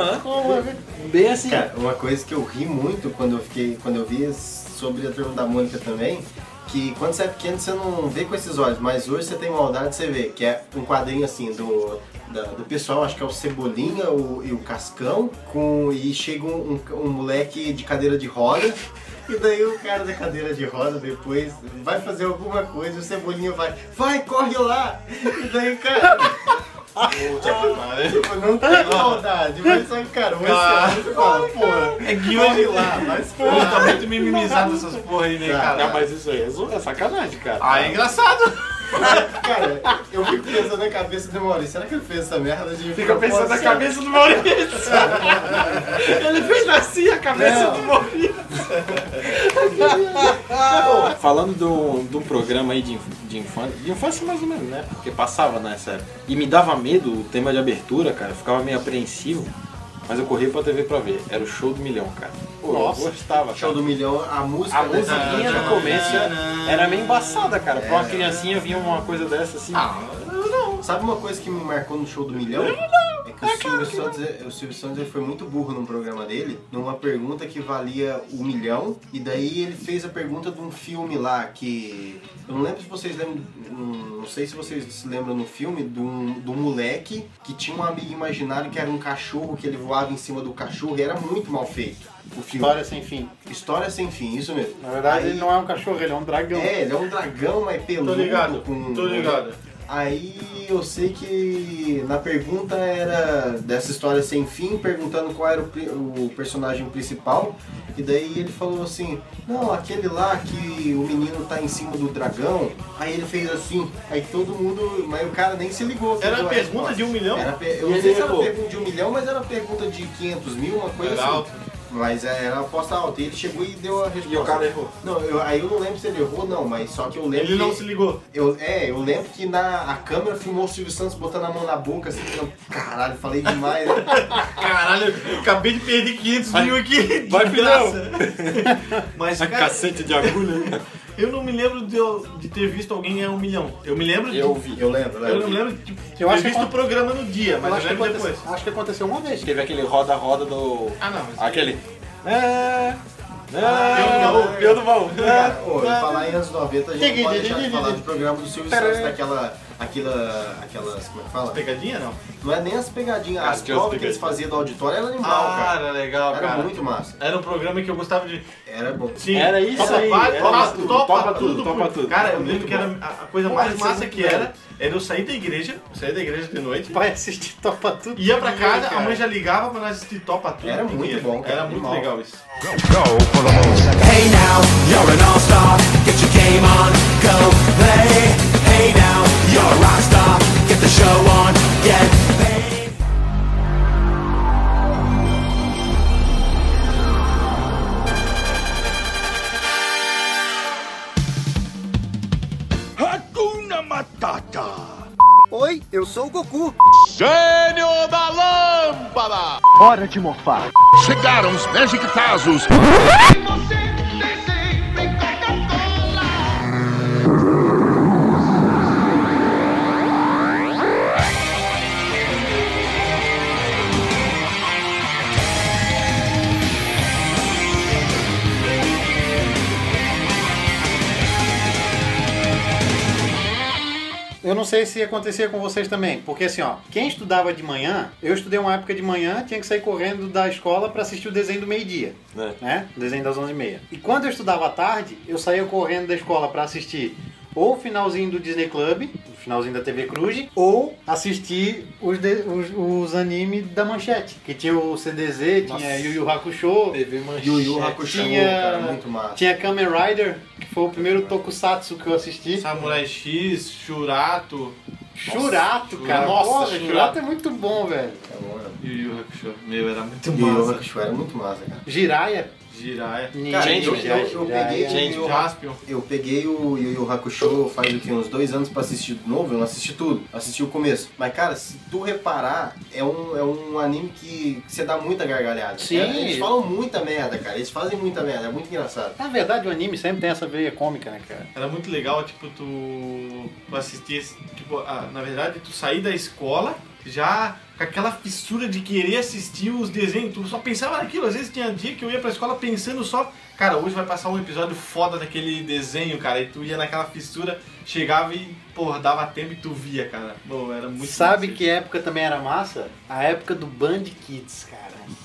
Aham. Bem assim.
Cara, uma coisa que eu ri muito quando eu fiquei, quando eu vi sobre a turma da Mônica também, que quando você é pequeno você não vê com esses olhos, mas hoje você tem maldade você vê, que é um quadrinho assim do da- do pessoal, acho que é o Cebolinha o- e o Cascão, com, e chega um, um- um moleque de cadeira de roda, *laughs* e daí o cara da cadeira de roda depois vai fazer alguma coisa, e o Cebolinha vai, vai, corre lá! E daí, cara, tipo, não tem maldade, mas só que, cara, você
Cara,
olha e fala, porra,
É que hoje
Corre lá, mas
hoje tá muito minimizado essas porra aí, né,
Cara,
cara?
mas isso aí é, zo- é sacanagem, cara.
Ah, é engraçado.
Cara, eu fico pensando na cabeça do Maurício, será que ele fez essa merda de. assim,
Fica pensando na cabeça do Maurício. Ele fez assim a cabeça do Maurício. Falando de um, de um programa aí de, inf- de infância, de infância mais ou menos, né? Porque passava nessa época. E me dava medo o tema de abertura, cara. Eu ficava meio apreensivo. Mas eu corria pra TV pra ver. Era o Show do Milhão, cara. Pô,
Nossa.
eu gostava, cara.
Show do milhão, a música.
A
né?
musiquinha no começo era meio embaçada, cara. Pra uma criancinha vinha uma coisa dessa assim.
Sabe uma coisa que me marcou no show do milhão? É que o Silvio, Santos, é, o Silvio Santos ele foi muito burro num programa dele, numa pergunta que valia um milhão, e daí ele fez a pergunta de um filme lá que. Eu não lembro se vocês lembram. hum, Não sei se vocês se lembram no filme de um, de um moleque que tinha um amigo imaginário que era um cachorro, que ele voava em cima do cachorro e era muito mal feito. O filme.
História sem fim.
História sem fim, isso mesmo.
Na verdade,
Aí-
ele não é um cachorro, ele é um dragão.
É, ele é um dragão, mas peludo.
Tô ligado,
um
com-
tô ligado.
Aí eu sei que na pergunta era dessa história sem fim, perguntando qual era o, pri- o personagem principal. E daí ele falou assim: Não, aquele lá que o menino tá em cima do dragão. Aí ele fez assim, aí todo mundo. Mas o cara nem se ligou.
Era
entendeu?
a pergunta de um milhão?
Era, pe- eu
E
não
ele
sei se era
errou.
pergunta de um milhão, mas era pergunta de 500 mil, uma coisa
Era
assim.
alto.
Mas era aposta alta. E ele chegou e deu a resposta.
E o cara errou.
Não, eu- aí eu não lembro se ele errou, não, mas só que eu lembro.
Ele não
que-
se ligou.
eu, é, eu lembro que na, a câmera filmou o Silvio Santos botando a mão na boca, assim, eu, caralho, falei demais. né?
*laughs* Caralho, eu acabei de perder 500 mil aqui.
*laughs*
de
vai, filhão.
graça. Mas, cara,
de agulha.
eu não me lembro de, eu- de ter visto alguém ganhar um milhão. Eu me lembro de-
Eu vi.
Eu lembro, né?
Eu não lembro de tipo, ter
Eu acho que
visto
eu-
o programa no dia,
Eu
mas
acho,
eu
que
lembro
aconteceu,
depois.
acho que aconteceu uma vez.
Teve aquele roda-roda do.
Ah, não, mas...
Aquele. É.
Ah,
É. Pião do baú.
Cara, ô, e falar em anos 90, a gente não pode deixar de falar do programa do Silvio Santos, daquela aquela, aquelas, como é que fala?
Pegadinha, não?
Não é nem as pegadinhas,
Ah,
as
tinha as
provas que eles
pegadinhas.
faziam do auditório era animal,
Ah,
cara.
era legal,
Era
cara.
muito massa.
Era um programa que eu gostava de.
Era bom.
Sim,
Era isso
topa,
aí,
vai,
era
topa,
tudo,
topa
topa
tudo,
tudo,
por-
topa tudo.
Cara, eu
Muito
lembro que era a a coisa
Pô,
mais
isso é
massa
muito
que
legal.
era, era eu sair da igreja, eu sair da igreja de noite,
Vai assistir Topa Tudo.
ia pra casa,
Cara.
a mãe já ligava pra nós assistir topa tudo.
Era muito
Porque
bom, cara,
Era muito
animal.
legal isso.
Hey now, you're an all-star. Get your game on, go play. Hey now, you're a rock star. Get the show on, get paid.
Hakuna Matata.
Oi, eu sou o Goku.
Gênio da Lâmpada.
Hora de morfar.
Chegaram os Magic Tazos.
Eu não sei se acontecia com vocês também, porque assim, ó, quem estudava de manhã, eu estudei uma época de manhã, tinha que sair correndo da escola pra assistir o desenho do meio-dia,
É.
né?
né? O desenho das 11h30. E quando eu estudava à tarde, eu saía correndo da escola pra assistir ou o finalzinho do Disney Club, o finalzinho da TV Cruz, ou assistir os, de- os, os animes da Manchete, que tinha o CDZ, tinha Yu Yu Hakusho,
TV Manchete.
Yu Yu Hakusho,
Tinha-
cara, muito massa.
tinha Kamen Rider, que foi o primeiro tokusatsu que eu assisti.
Samurai X, Churato
Churato, cara.
Churato.
Nossa,
Churato.
Churato é muito bom, velho.
Era bom, era bom.
e Yu Yu Hakusho. Meu, era muito
Yu Yu
massa.
Hakusho era muito massa, cara.
Jiraya.
Jiraiya.
é
Cara, eu,
Jiraiya,
eu, eu peguei
Jiraiya.
Gente,
Yu Yu
Jaspion.
Eu peguei o Yu Yu Hakusho faz o que, uns dois anos pra assistir de novo, eu não assisti tudo, assisti o começo. Mas cara, se tu reparar, é um, é um anime que você dá muita gargalhada.
Sim.
É, eles falam muita merda, cara, eles fazem muita merda, é muito engraçado.
Na verdade, o anime sempre tem essa veia cômica, né, cara?
Era muito legal, tipo, tu, tu assistir, esse- tipo, ah, na verdade, tu sair da escola já com aquela fissura de querer assistir os desenhos, tu só pensava naquilo, às vezes tinha dia que eu ia pra escola pensando só, cara, hoje vai passar um episódio foda daquele desenho, cara, e tu ia naquela fissura, chegava e, porra, dava tempo e tu via, cara. Bom, era muito
Sabe
massa
que época também era massa? A época do Band Kids, cara.
isso.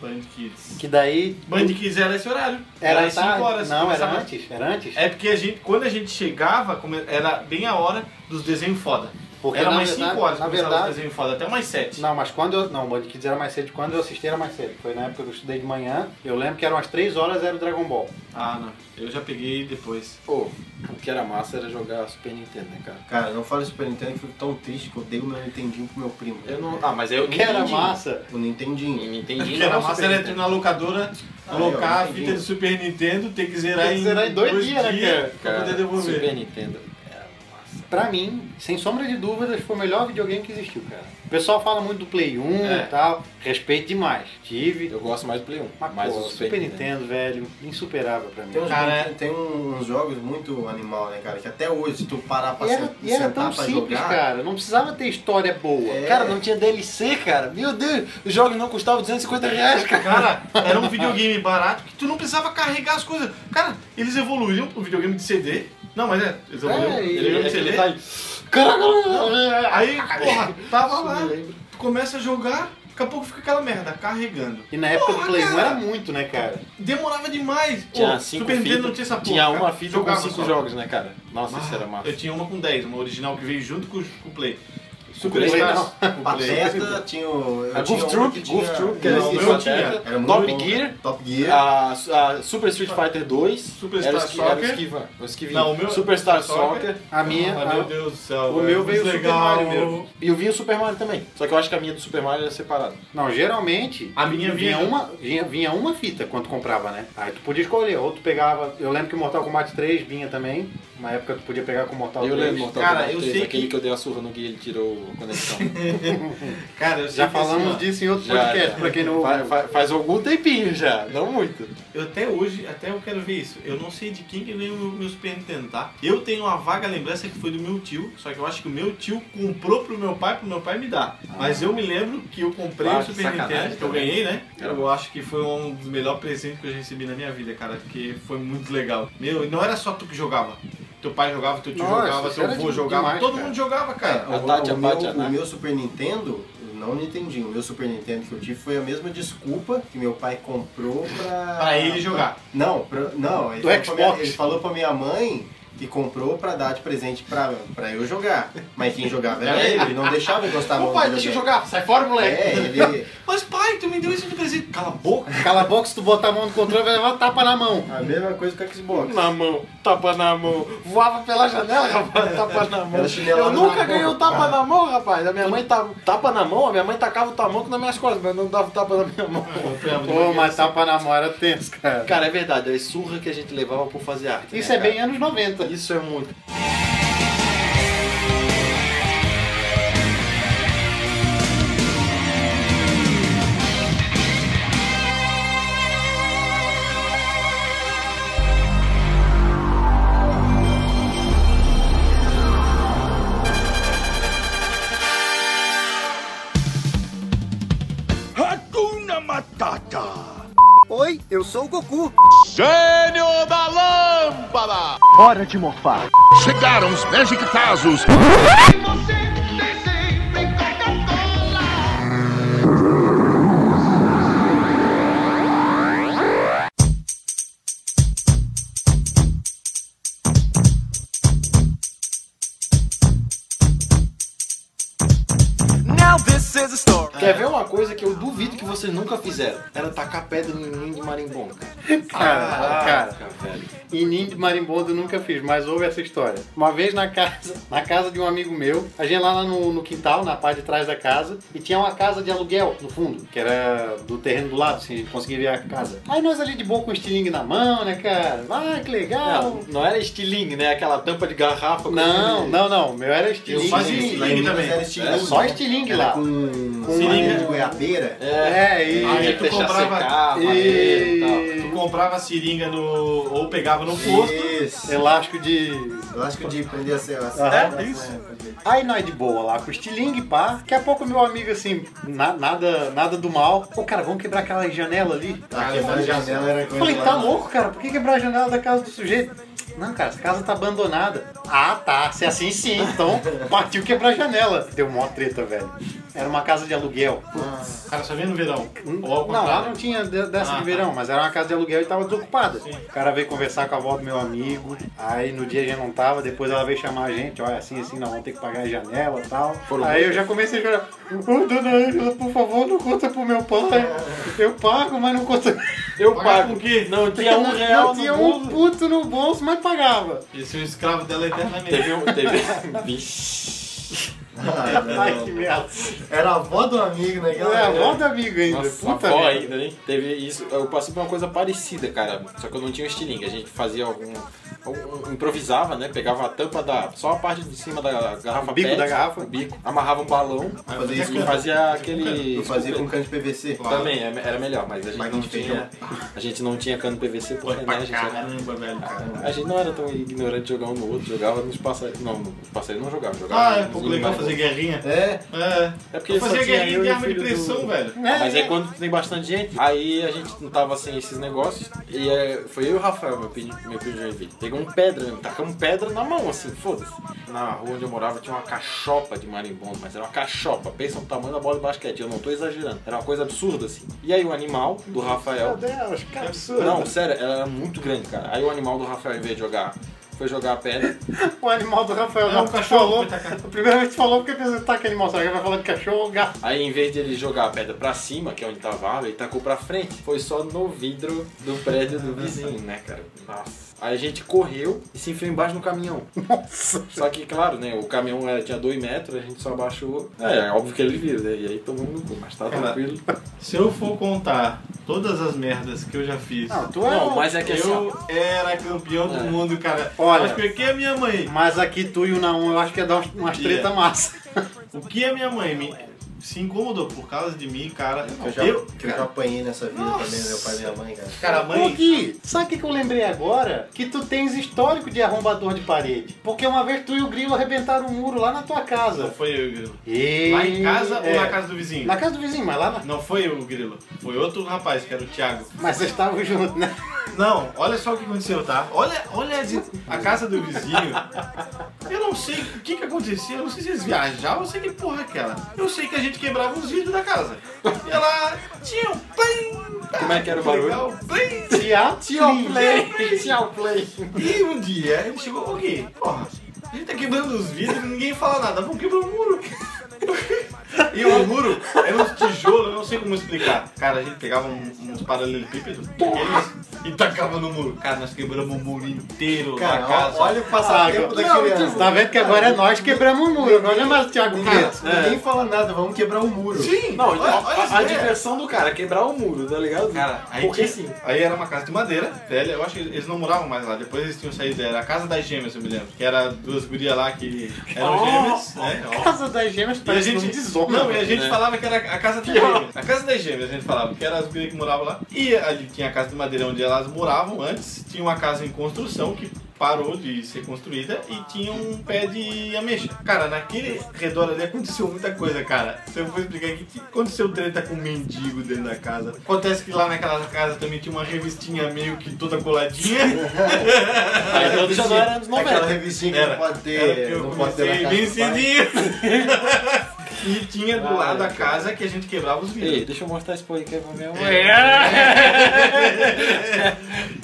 Band Kids.
Que daí.
Band Kids era esse horário.
Era,
às
tarde.
cinco horas.
Não, era
começava-
antes. Era antes.
É porque a gente, quando a gente chegava, come- era bem a hora dos desenhos foda.
Porque,
era
na
mais
verdade-
5 horas,
na
começava
verdade-
os desenhos foda, até mais 7.
Não, mas quando eu. Não, o Band Kids era mais cedo. Quando eu assisti era mais cedo. Foi na época que eu estudei de manhã. Eu lembro que eram as 3 horas era o Dragon Ball.
Ah, não. Eu já peguei depois.
Pô, o que era massa era jogar Super Nintendo, né, cara?
Cara, não falo de Super Nintendo que eu fico tão triste que eu dei o meu Nintendinho pro meu primo.
Eu não... Ah, mas eu...
Que era massa.
O Nintendinho.
Nintendinho
Porque era massa era tu ir na locadora,
Ah,
colocar
eu
a
entendi.
fita do Super Nintendo, ter que zerar,
Tem que zerar em dois dias, né, cara?
pra poder devolver.
Super Nintendo era massa.
Pra mim, sem sombra de dúvidas, foi o melhor videogame que existiu, cara. O pessoal fala muito do Play 1
É.
e tal. Respeito demais. Tive.
Eu gosto mais do Play 1,
Mas,
mas
pô,
o
Super, Nintendo, velho, insuperável pra mim.
Tem, uns,
Cara,
brinquedos- tem uns jogos muito animal, né, cara? Que até hoje, se tu parar pra
E era,
sen-
e era
sentar
tão
pra
simples,
jogar.
cara. Não precisava ter história boa.
É.
Cara, não tinha DLC, cara. Meu Deus, os jogos não custavam 250 reais, cara.
Cara, era um videogame barato que tu não precisava carregar as coisas. Cara, eles evoluíram pro videogame de CD. Não, mas é, eles evoluíram
É,
pro
e-
videogame de
tá
CD.
Caraca,
Aí, porra, tava lá, tu começa a jogar, daqui a pouco fica aquela merda, carregando.
*laughs* E na época do
Porra,
Play 1 era
cara.
muito, né, cara?
Demorava demais.
Tinha
Pô,
cinco
Super Nintendo
fitas.
não tinha essa porra.
Tinha
cara.
uma fita com
Jogava
cinco
só.
jogos, né, cara? Nossa, isso era
Ah,
massa.
eu tinha uma com 10, uma original que veio junto com o com o Play. Super
Play
Stars. Com o Play.
Pateta tinha o. eu
A
tinha
Goof
um
Troop,
que
Goof
tinha-
Troop, que
era Ah,
era
Não,
esse
eu
pateta,
tinha.
Era muito
Top
bom.
Gear,
Top Gear.
a, a Super Street Fighter 2,
Superstar
era o esqui- era o
Soccer.
esquiva, o esquivinho.
Não, o meu- é
Superstar
Soccer.
Soccer.
A minha.
Ah,
a-
meu Deus do céu.
o meu veio o Super Mario mesmo.
mesmo.
E eu vi o Super Mario também. Só que eu acho que a minha do Super Mario era separada.
Não, geralmente.
A minha
vinha
vinha.
uma, vinha, vinha uma fita quando comprava, né? Aí tu podia escolher, ou tu pegava. Eu lembro que o Mortal Kombat 3 vinha também. Na época tu podia pegar com o Mortal
Eu
3.
lembro Mortal
Cara,
Kombat
eu
3,
sei
aquele
que-
que... eu dei a surra no Gui, ele tirou a
*laughs*
conexão.
Cara, eu sei
Já
que assim,
falamos
ó,
disso em outro
Já,
podcast,
já.
pra quem não.
Fa- fa- faz, algum tempinho já, não muito.
Eu até hoje, até eu quero ver isso. Eu não sei de quem que ganhou o meu, meu Super Nintendo, tá? Eu tenho uma vaga lembrança que foi do meu tio, só que eu acho que o meu tio comprou pro meu pai, pro meu pai me dar. Mas eu me lembro que eu comprei
Ah,
o
que
Super
sacanagem
Nintendo, que eu
também.
ganhei, né?
Era
Eu acho que foi um dos melhores presentes que eu já recebi na minha vida, cara, porque foi muito legal. Meu, e não era só tu que jogava. Tu Teu pai jogava, teu tio
Nossa,
jogava,
isso
teu
era
avô
de-
jogava.
demais,
todo
cara.
mundo jogava, cara.
A
o,
Tati,
o
a
meu,
Pati, a
o
né?
Nath.
meu Super Nintendo, não Nintendinho, o meu Super Nintendo que eu tive foi a mesma desculpa que meu pai comprou
É.
pra.
Pra ele jogar.
Não, pra- não, ele,
Do
falou pra minha-
Xbox.
ele falou pra minha mãe que comprou pra dar de presente pra, pra eu jogar. Mas quem jogava era
Era
ele,
ele.
ele não deixava eu gostar
É. Ô pai, deixa eu jogar. Sai fora, moleque.
É, ele.
Mas pai, tu me deu isso de presente. Cala a boca.
Cala a boca, se tu botar a mão no controle, vai levar um tapa na mão.
A mesma coisa com o Xbox.
Na mão, tapa na mão. Voava pela janela, rapaz, tapa na mão.
Era chinelada
Eu
na
nunca ganhei
mão.
o tapa na mão, rapaz. A minha mãe tava, tapa na mão, a minha mãe tacava o tamanco nas minhas costas, mas não dava o tapa na minha mão.
Pô, mas tapa na mão era tenso, cara.
Cara, é verdade, é surra que a gente levava por fazer arte.
Isso
né,
é bem
cara?
anos 90.
Isso é muito.
Hakuna Matata.
Oi, eu sou o Goku.
Gênio da Lâmpada.
Hora de morfar.
Chegaram os Magic Tazos.
Now this is a story.
É. Quer ver uma coisa que eu duvido que vocês nunca fizeram? Era tacar pedra no ninho de marimbonda, cara.
Cara, cara.
Ah, velho.
E ninho de marimbondo eu nunca fiz, mas houve essa história. Uma vez na casa, na casa de um amigo meu, a gente lá no, no quintal, na parte de trás da casa, e tinha uma casa de aluguel no fundo, que era do terreno do lado, assim, a gente conseguia ver a casa. Aí nós ali de boa com o estilingue na mão, né, cara? Ah, que legal!
Não, não era estilingue, né? Aquela tampa de garrafa. com-
Não, não, não. Meu era
Eu fazia
né?
estilingue.
estilingue também. É,
Era É só estilingue lá.
Com, com
Seringa.
madeira de goiabeira.
É, e.
Aí
tu
tu comprava
comprava-
secar, madeira e tal.
e...
comprava seringa no. ou pegava no
Isso.
Elástico de.
Eu acho que eu devia prender a assim. É? cela.
É. Aham. Aí nós de boa lá com o estilingue, pá. Daqui a pouco meu amigo assim, na- nada, nada do mal. Ô cara, vamos quebrar aquela janela ali.
Tá, quebrar a janela era
Eu
coisa
falei,
lá
tá
na- *laughs*
louco, cara? Por que quebrar a janela da casa do sujeito? Não, cara, essa casa tá abandonada. Ah, tá. Se é assim sim, então *laughs* partiu quebrar a janela. Deu mó treta, velho. Era uma casa de aluguel.
Cara, só vem no verão. Ou ao
Não, lá
contrário.
não tinha de- dessa
Ah,
de verão, mas era uma casa de aluguel e tava desocupada. O cara veio conversar com a avó do meu amigo, aí no dia a gente não tava, depois ela veio chamar a gente, olha, assim, assim, nós vamos ter que pagar a janela e tal. aí eu já comecei a chorar, ô dona Ângela, por favor, não conta pro meu pai. Eu pago, mas não conta.
Eu pago. o quê? Não *laughs* tinha um
Não-
real
não
no
tinha
bolso.
um puto no bolso, mas pagava.
Esse é o escravo dela eternamente. Teve um. Teve... *laughs*
Ah, não.
Ai, que merda.
Era a avó do amigo, né?
Ela é a avó do amigo ainda,
Nossa,
puta
avó
merda.
ainda, hein? Teve isso. Eu passei por uma coisa parecida, cara. Só que eu não tinha um estilingue. A gente fazia algum. algum- improvisava, né? Pegava a tampa da. Só a parte de cima da garrafa
O bico
PET,
da garrafa.
O bico. Amarrava um balão.
Fazer
E
isso
fazia aquele.
eu fazia com cano de PVC.
Também, é- era melhor, mas a gente
Mas
não
não um.
tinha. A gente não tinha cano PVC porque né, a gente era-
Caramba, velho.
a gente não era tão ignorante de jogar um no outro, jogava nos passarinhos. Não, nos passarinhos não jogava, jogava.
Ah, é um
nos
pouco legal
animais.
fazer guerrinha.
É,
É.
É porque
Eu
só
fazia
tinha
guerrinha
eu
de
e o
arma de
filho do-
pressão, velho.
É,
Mas aí quando tem bastante gente, aí a gente não tava sem esses negócios. E é, foi eu e o Rafael, meu primo meu primo de Joinville. Pegamos pedra mesmo, tacamos pedra na mão, assim, foda-se. Na rua onde eu morava tinha uma cachopa de marimbondo, mas era uma cachopa. Pensa no tamanho da bola de basquete, eu não tô exagerando. Era uma coisa absurda, assim. E aí o animal do Rafael.
Deus,
É
que absurdo.
Não, sério, ela era muito grande, cara. Aí o animal do Rafael, em vez de jogar, foi jogar a pedra.
O animal do Rafael,
É,
não,
o
tu
cachorro
falou.
foi tacar.
A primeira vez que tu falou, porque pensou, tá que animal, será que vai falar de cachorro ou gato?
Aí em vez de ele jogar a pedra pra cima, que é onde tava a árvore, ele tacou pra frente. Foi só no vidro do prédio do vizinho, né, cara? Nossa. Aí a gente correu e se enfiou embaixo no caminhão.
Nossa.
Só que, claro, né, o caminhão era, tinha 2 metros, a gente só abaixou. É, é óbvio que ele viu, né? E aí tomou no cu, mas tá
Cara,
tranquilo.
Se eu for contar todas as merdas que eu já fiz.
Não, tu é.
Não,
um-
mas é que assim, ó,
Eu era campeão do
É.
mundo, cara.
Olha.
Mas o que a minha mãe?
Mas aqui tu e o Naum, eu acho que ia dar é umas, umas
Ia.
treta massa.
O que a minha mãe me. se incomodou por causa de mim, cara.
Que eu já,
eu,
que eu já apanhei nessa vida também, meu pai e minha mãe, cara.
cara, a
Ô,
mãe.
Gui, sabe o que, que eu lembrei agora? Que tu tens histórico de arrombador de parede. Porque uma vez tu e o Grilo arrebentaram um muro lá na tua
Não
casa.
foi eu e o Grilo.
E...
Lá em casa
é,
ou na casa do vizinho?
Na casa do vizinho, mas lá na...
Não foi eu e o Grilo. Foi outro rapaz, que era o Thiago.
Mas vocês estavam juntos,
*laughs*
né?
Não, olha só o que aconteceu, tá? Olha, olha a de- a casa do vizinho. Eu não sei o que, que aconteceu, eu não sei se eles viajavam, eu sei que porra é aquela. Eu sei que a gente quebrava os vidros da casa. E ela tinha um plim, tá,
Como é que era o barulho?
legal, plim.
Tchau,
Tchau, play.
Tchau, play.
E um dia ele chegou, ô Gui, porra, a gente tá quebrando os vidros e ninguém fala nada, vamos quebrar o muro. *laughs* E o muro era um tijolo, eu não sei como explicar. Cara, a gente pegava um- uns paralelepípedos pequenos e tacava no muro. Cara, nós quebramos o muro inteiro
Cara,
da casa.
ó- olha o passatempo da
Ah, Não,
criança.
tipo, tá vendo que agora é nós que quebramos o muro, não é mais o
Ah,
Thiago Preto.
Ninguém,
é.
ninguém fala nada, vamos quebrar o muro.
Sim,
Não, então,
olha,
a,
olha
a
a ideia.
diversão do cara, é quebrar o muro, tá ligado?
Cara, aí,
Porque
tinha-
sim.
aí era uma casa de madeira, velha. Eu acho que eles não moravam mais lá. Depois eles tinham saído. Era a casa das gêmeas, eu me lembro. Que era duas gurias lá que eram gêmeas. Né? Ó.
Casa das Gêmeas
E a
parece
gente,
um desonra.
não, e a gente falava que era a casa das gêmeas. A casa das gêmeas a gente falava, que era as gurias que moravam lá. E ali tinha a casa de madeira onde elas moravam antes. Tinha uma casa em construção que parou de ser construída e tinha um pé de ameixa. Cara, naquele redor ali aconteceu muita coisa, cara. Se eu for explicar aqui, que aconteceu treta com um mendigo dentro da casa. Acontece que lá naquela casa também tinha uma revistinha meio que toda coladinha.
Aquela
já não era anos 90.
Aquela revistinha que
Era.
não pode ter,
Era que eu
não pode ter
comecei
na
bem
casa do pai.
cedinho. *laughs* E tinha do lado da casa que a gente quebrava os vidros.
Ei, deixa eu mostrar esse podcast pra minha mãe.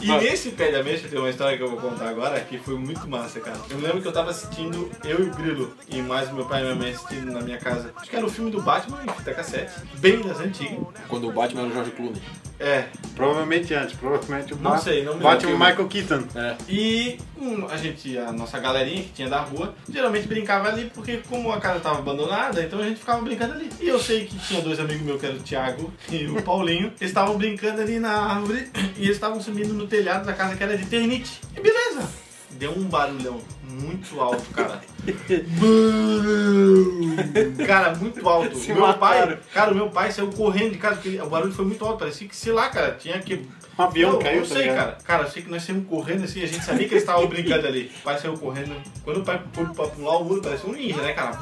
E nesse pé de ameixa tem uma história que eu vou contar agora que foi muito massa, cara. Eu me lembro que eu tava assistindo eu e o Grilo, e mais meu pai e minha mãe assistindo na minha casa. Acho que era o filme do Batman em fita cassete, bem das antigas.
Quando o Batman era o George Clooney.
É,
Provavelmente antes, provavelmente o
Não sei, não me
Bate o
lembro.
Michael Keaton.
E hum, a gente, a nossa galerinha que tinha da rua, geralmente brincava ali, porque como a casa tava abandonada, então a gente ficava brincando ali. E eu sei que tinha dois amigos meus, que era o Thiago
*laughs*
e o Paulinho, eles estavam brincando ali na árvore *clears throat* e eles estavam subindo no telhado da casa que era de ternite. E beleza! Deu um barulhão muito alto, cara.
*laughs*
Bum! cara, muito alto.
Se
meu
mataram.
pai, cara, o meu pai saiu correndo de casa, porque o barulho foi muito alto. Parecia que, sei lá, cara, tinha que
Um avião
eu,
caiu,
eu
tá
sei,
ligado?
cara. Cara, eu sei que nós saímos correndo assim, a gente sabia que eles estavam brincando ali. O pai saiu correndo. Quando o pai pulou pra pular o muro, parecia um ninja, né, cara?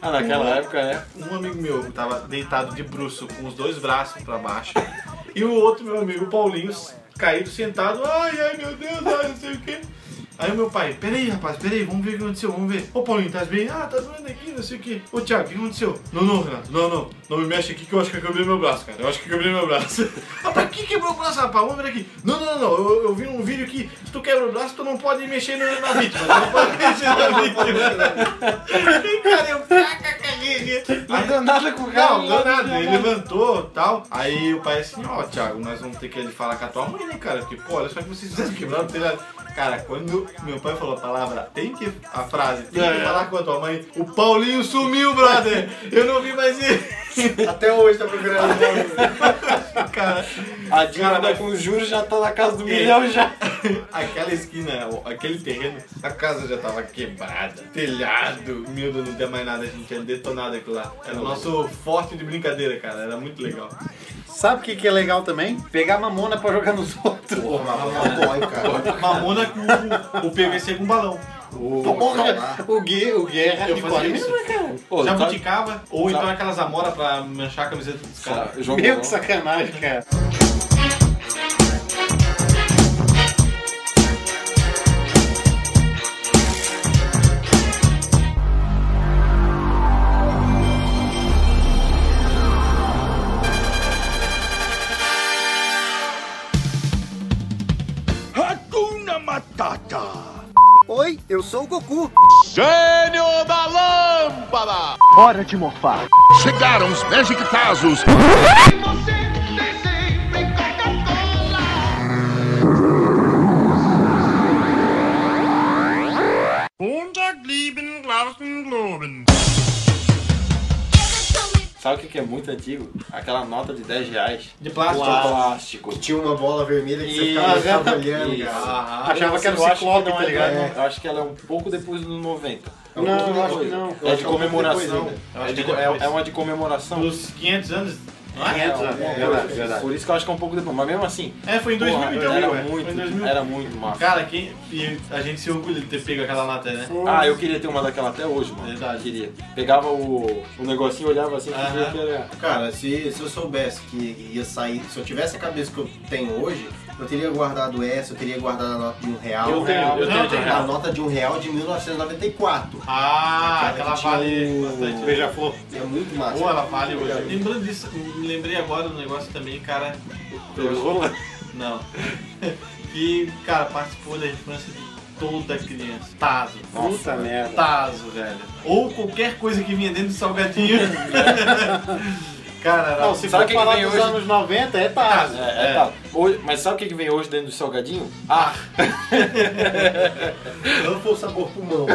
Ah, naquela época, né?
Um amigo meu tava deitado de bruxo, com os dois braços pra baixo. E o outro meu amigo, Paulinho, caído, sentado. Ai, ai, meu Deus, ai, não sei o quê. Aí o meu pai, peraí, rapaz, peraí, vamos ver o que aconteceu, vamos ver. Ô Paulinho, tá bem? Ah, tá doendo aqui, não sei o quê. Ô Thiago, o que aconteceu? Não, não, Renato, não, não. Não me mexe aqui que eu acho que eu quebrei meu braço, cara. Eu acho que eu quebrei meu braço. *laughs* Rapaz, quem quebrou o braço, rapaz? Vamos ver aqui. Não, não, não, não. Eu, eu vi um vídeo que se tu quebra o braço, tu não pode mexer no- na vítima. Tu não pode *laughs* mexer na vítima. cara, eu caca,
Não deu nada com o cara.
não, não nada. Ele levantou e tal. Aí o pai assim, ó, Thiago, nós vamos ter que ele falar com a tua mãe, né, cara? Porque, pô, olha só que vocês fizeram quebrar o telhado. Cara, quando meu pai falou a palavra, tem que. a frase, tem que falar com a tua mãe, o Paulinho sumiu, brother! Eu não vi mais ele! *laughs*
Até hoje tá procurando o muro.
Cara,
A
Cara,
dívida
mas-
com os juros já tá na casa do milhão já.
*laughs* aquela esquina, o- aquele terreno, a casa já tava quebrada, telhado, meu Deus, não tem mais nada, a gente tinha detonado aquilo lá. Era o nosso forte de brincadeira, cara, era muito legal.
Sabe o que, que é legal também? Pegar mamona pra jogar nos outros.
Porra, mas dói, cara.
Mamona com o- o PVC com balão.
Porra, o Gui, o Gui é
Eu fazia
hardcore
isso.
mesmo, cara.
Ô, sabe-
Jabuticaba, ou então aquelas amora pra manchar a camiseta dos caras.
sabe- João
Meu,
Bolão.
que sacanagem, cara.
Hakuna Matata.
Oi, eu sou o Goku.
Gênio da Lâmpada.
Hora de morfar.
Chegaram os Magic Tazos.
Sabe o que que é muito antigo? Aquela nota de 10 reais.
De plástico.
Plástico.
Que tinha uma bola vermelha que
Isso.
você ficava olhando,
Isso.
cara.
Achava que era
Ah, Eu
o
acho que
Ciclope,
não
tá
é-
ligado?
é, Eu acho que ela é um pouco depois do 90. É um
Não,
pouco
eu acho
depois.
que não. Eu
É
acho
de
que é um pouco
comemoração. É de-
depois
Acho que
É
depois.
é uma de comemoração.
Dos 500 anos. não é?
500 anos. É, verdade, verdade.
Por isso que eu acho que é um pouco depois. Mas mesmo assim,
É, foi em 2000
porra,
então,
era,
viu, é? Foi em 2000.
muito, É. era muito massa.
Cara, quem... e a gente se orgulha de ter pego aquela lata, né?
Ah, eu queria ter uma daquela até hoje, mano.
Verdade.
Queria. Pegava o, o negocinho, olhava assim,
Aham.
fingia que era...
Cara, se, se eu soubesse que ia sair, se eu tivesse a cabeça que eu tenho hoje, eu teria guardado essa, eu teria guardado a nota de um real.
Eu tenho, eu
Não,
tenho de
tem
real.
A nota de um real de 1994.
Ah,
Aquela
aquela
que tinha
vale
o-
bastante. né?
Beija-flor.
É muito massa.
Boa, ela vale hoje. Lembrando disso, me lembrei agora do negócio também, cara.
Rola.
Não. *laughs* que, cara, participou da infância de toda criança. Tazo.
Puta merda.
Tá.
Tazo, velho. Ou qualquer coisa que vinha dentro
*laughs*
do salgadinho. cara, era-
Não, se
Sabe
for
quem
falar
vem
dos
hoje?
anos 90, é *laughs* Tazo.
É, é, tá. Hoje- mas sabe o que que vem hoje dentro do salgadinho? Ah,
Não for sabor pulmão.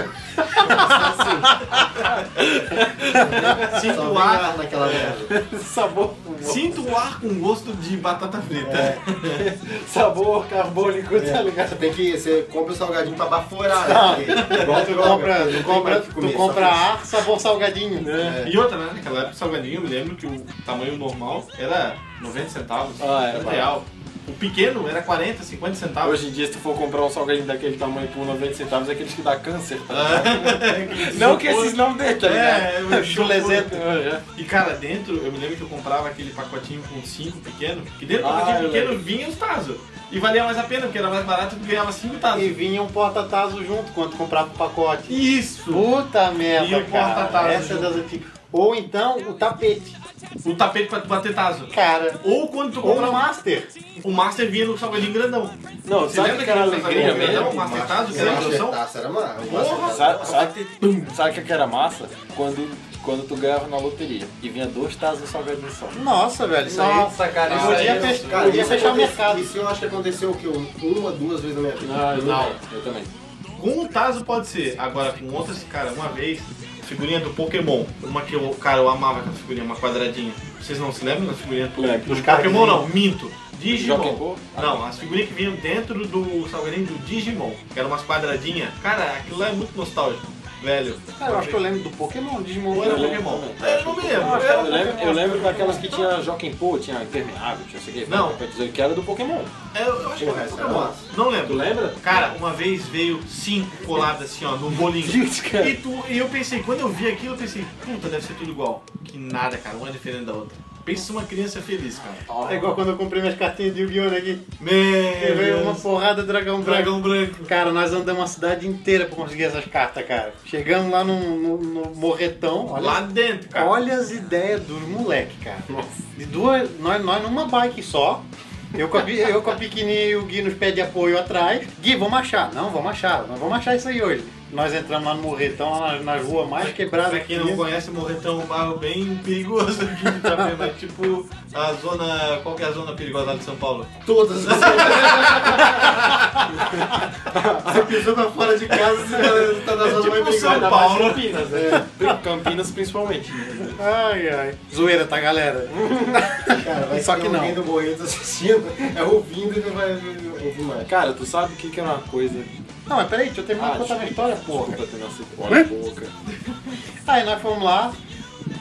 sinto
Só
o
vem
ar.
ar naquela
Tá
merda.
sabor,
Sinto o ar com gosto de batata frita.
É, sabor carbônico, tá ligado?
Você É. tem que. Você compra o salgadinho pra baforar. né? Porque-
Igual tu compra, tu
tem
compra,
mais o que comer,
tu compra
só
ar, sabor salgadinho.
é.
E outra, né? Naquela época, salgadinho, eu me lembro que o tamanho normal era 90 centavos,
Ah,
ah,
era
real. O pequeno era 40, 50 centavos.
Hoje em dia, se tu for comprar um salgadinho daquele tamanho por 90 centavos, é aqueles que dá câncer, tá ligado?
Ah,
*laughs* Não que esses não dê, tá ligado? *laughs*
É, o
Chulezento.
É.
E cara, dentro, eu me lembro que eu comprava aquele pacotinho com 5 pequeno, que dentro do
Ah,
pacotinho
eu
pequeno vinha os tazos. E valia mais a pena, porque era mais barato e ganhava 5 tazos.
E vinha um porta-tazo junto quando comprava o pacote.
Isso!
Puta
E
merda,
o
cara.
porta-tazo
Essa é
junto.
das antigas. Ou então o tapete,
O tapete pra tu bater tazo.
cara.
Ou quando tu
Ou
comprava
o master.
o Master vinha no salgadinho grandão.
Não,
Você
sabe
lembra
que era
aquele
alegria
salgadinho grandão,
mesmo?
o Master tazo, que
Esse
era a
master
introdução?
taça era massa. O
Porra!
master taça
Sabe,
era
sabe, que, sabe o que era massa? Quando, quando tu ganhava na loteria e vinha dois tazos de salgadinho só.
Nossa, velho, isso aí.
Nossa, cara,
isso aí é- cara,
isso
ia fechar o
aconte-
mercado.
Isso eu acho que aconteceu o quê? Um, Uma, duas vezes na minha vida.
Ah,
eu
Eu também.
Com o Tazo pode ser, agora com outras, cara, uma vez, figurinha do Pokémon. Uma que eu, cara, eu amava aquela figurinha, uma quadradinha. Vocês não se lembram das figurinhas do Pokémon?
Lembro.
Dos Pokémon não, minto. Digimon.
Pokémon?
Não, as figurinhas que vinham dentro do salgadinho do Digimon, que eram umas quadradinhas. Cara, aquilo lá é muito nostálgico, velho.
Cara, eu acho que eu lembro do Pokémon, né? Digimon.
Ou era
Eu lembro
Pokémon?
também.
Eu não me lembro.
Ah,
era
cara, eu, lembro, eu
Pokémon.
lembro daquelas que tinha Joaquim Pô, tinha Impermeável, tinha sei o que.
Não.
Que era do Pokémon.
É, eu acho que era
essa era
Pokémon.
massa.
Não
Tu
lembro.
lembra?
Cara, uma vez veio cinco coladas assim, ó, no bolinho.
Deus, cara.
E, tu- e eu pensei, quando eu vi aquilo, eu pensei, puta, deve ser tudo igual. Que nada, cara, uma é diferente da outra. Pensa uma criança feliz, cara.
É igual quando eu comprei minhas cartinhas de Yu-Gi-Oh! aqui. E
Meu
veio uma
Deus.
porrada Dragão Branco.
Dragão branco.
Cara, nós andamos a cidade inteira pra conseguir essas cartas, cara. Chegamos lá no, no- no morretão. Olha,
Lá dentro, cara.
olha as ideias dos moleque, cara. De duas, nós, nós numa bike só. Eu com, a, bi- eu com a pequenininha e o Gui nos pé de apoio atrás. Gui, vamos achar. Não, vamos achar. Nós vamos achar isso aí hoje. Nós entramos lá no morretão, lá nas, nas ruas mais quebradas.
Pra quem não conhece, Morretão é um bairro bem perigoso aqui de Itapema. É tipo a zona. Qual que é a zona perigosa lá de São Paulo? *laughs*
Todas as Você pisou pra fora de casa, você tá na zona
Tipo
mais
São
perigosa.
Paulo.
Campinas principalmente.
Ai, ai. Zoeira, tá, galera?
Cara, vai
Só
ter
que não.
alguém do Morreto assistindo, é ouvindo e não vai ouvir mais.
Cara, tu sabe o que, que era uma coisa. Ah,
Não, mas peraí, deixa eu terminar de contar
desculpa,
minha história, porra.
Desculpa ter nascido. Olha a boca.
Aí nós fomos lá.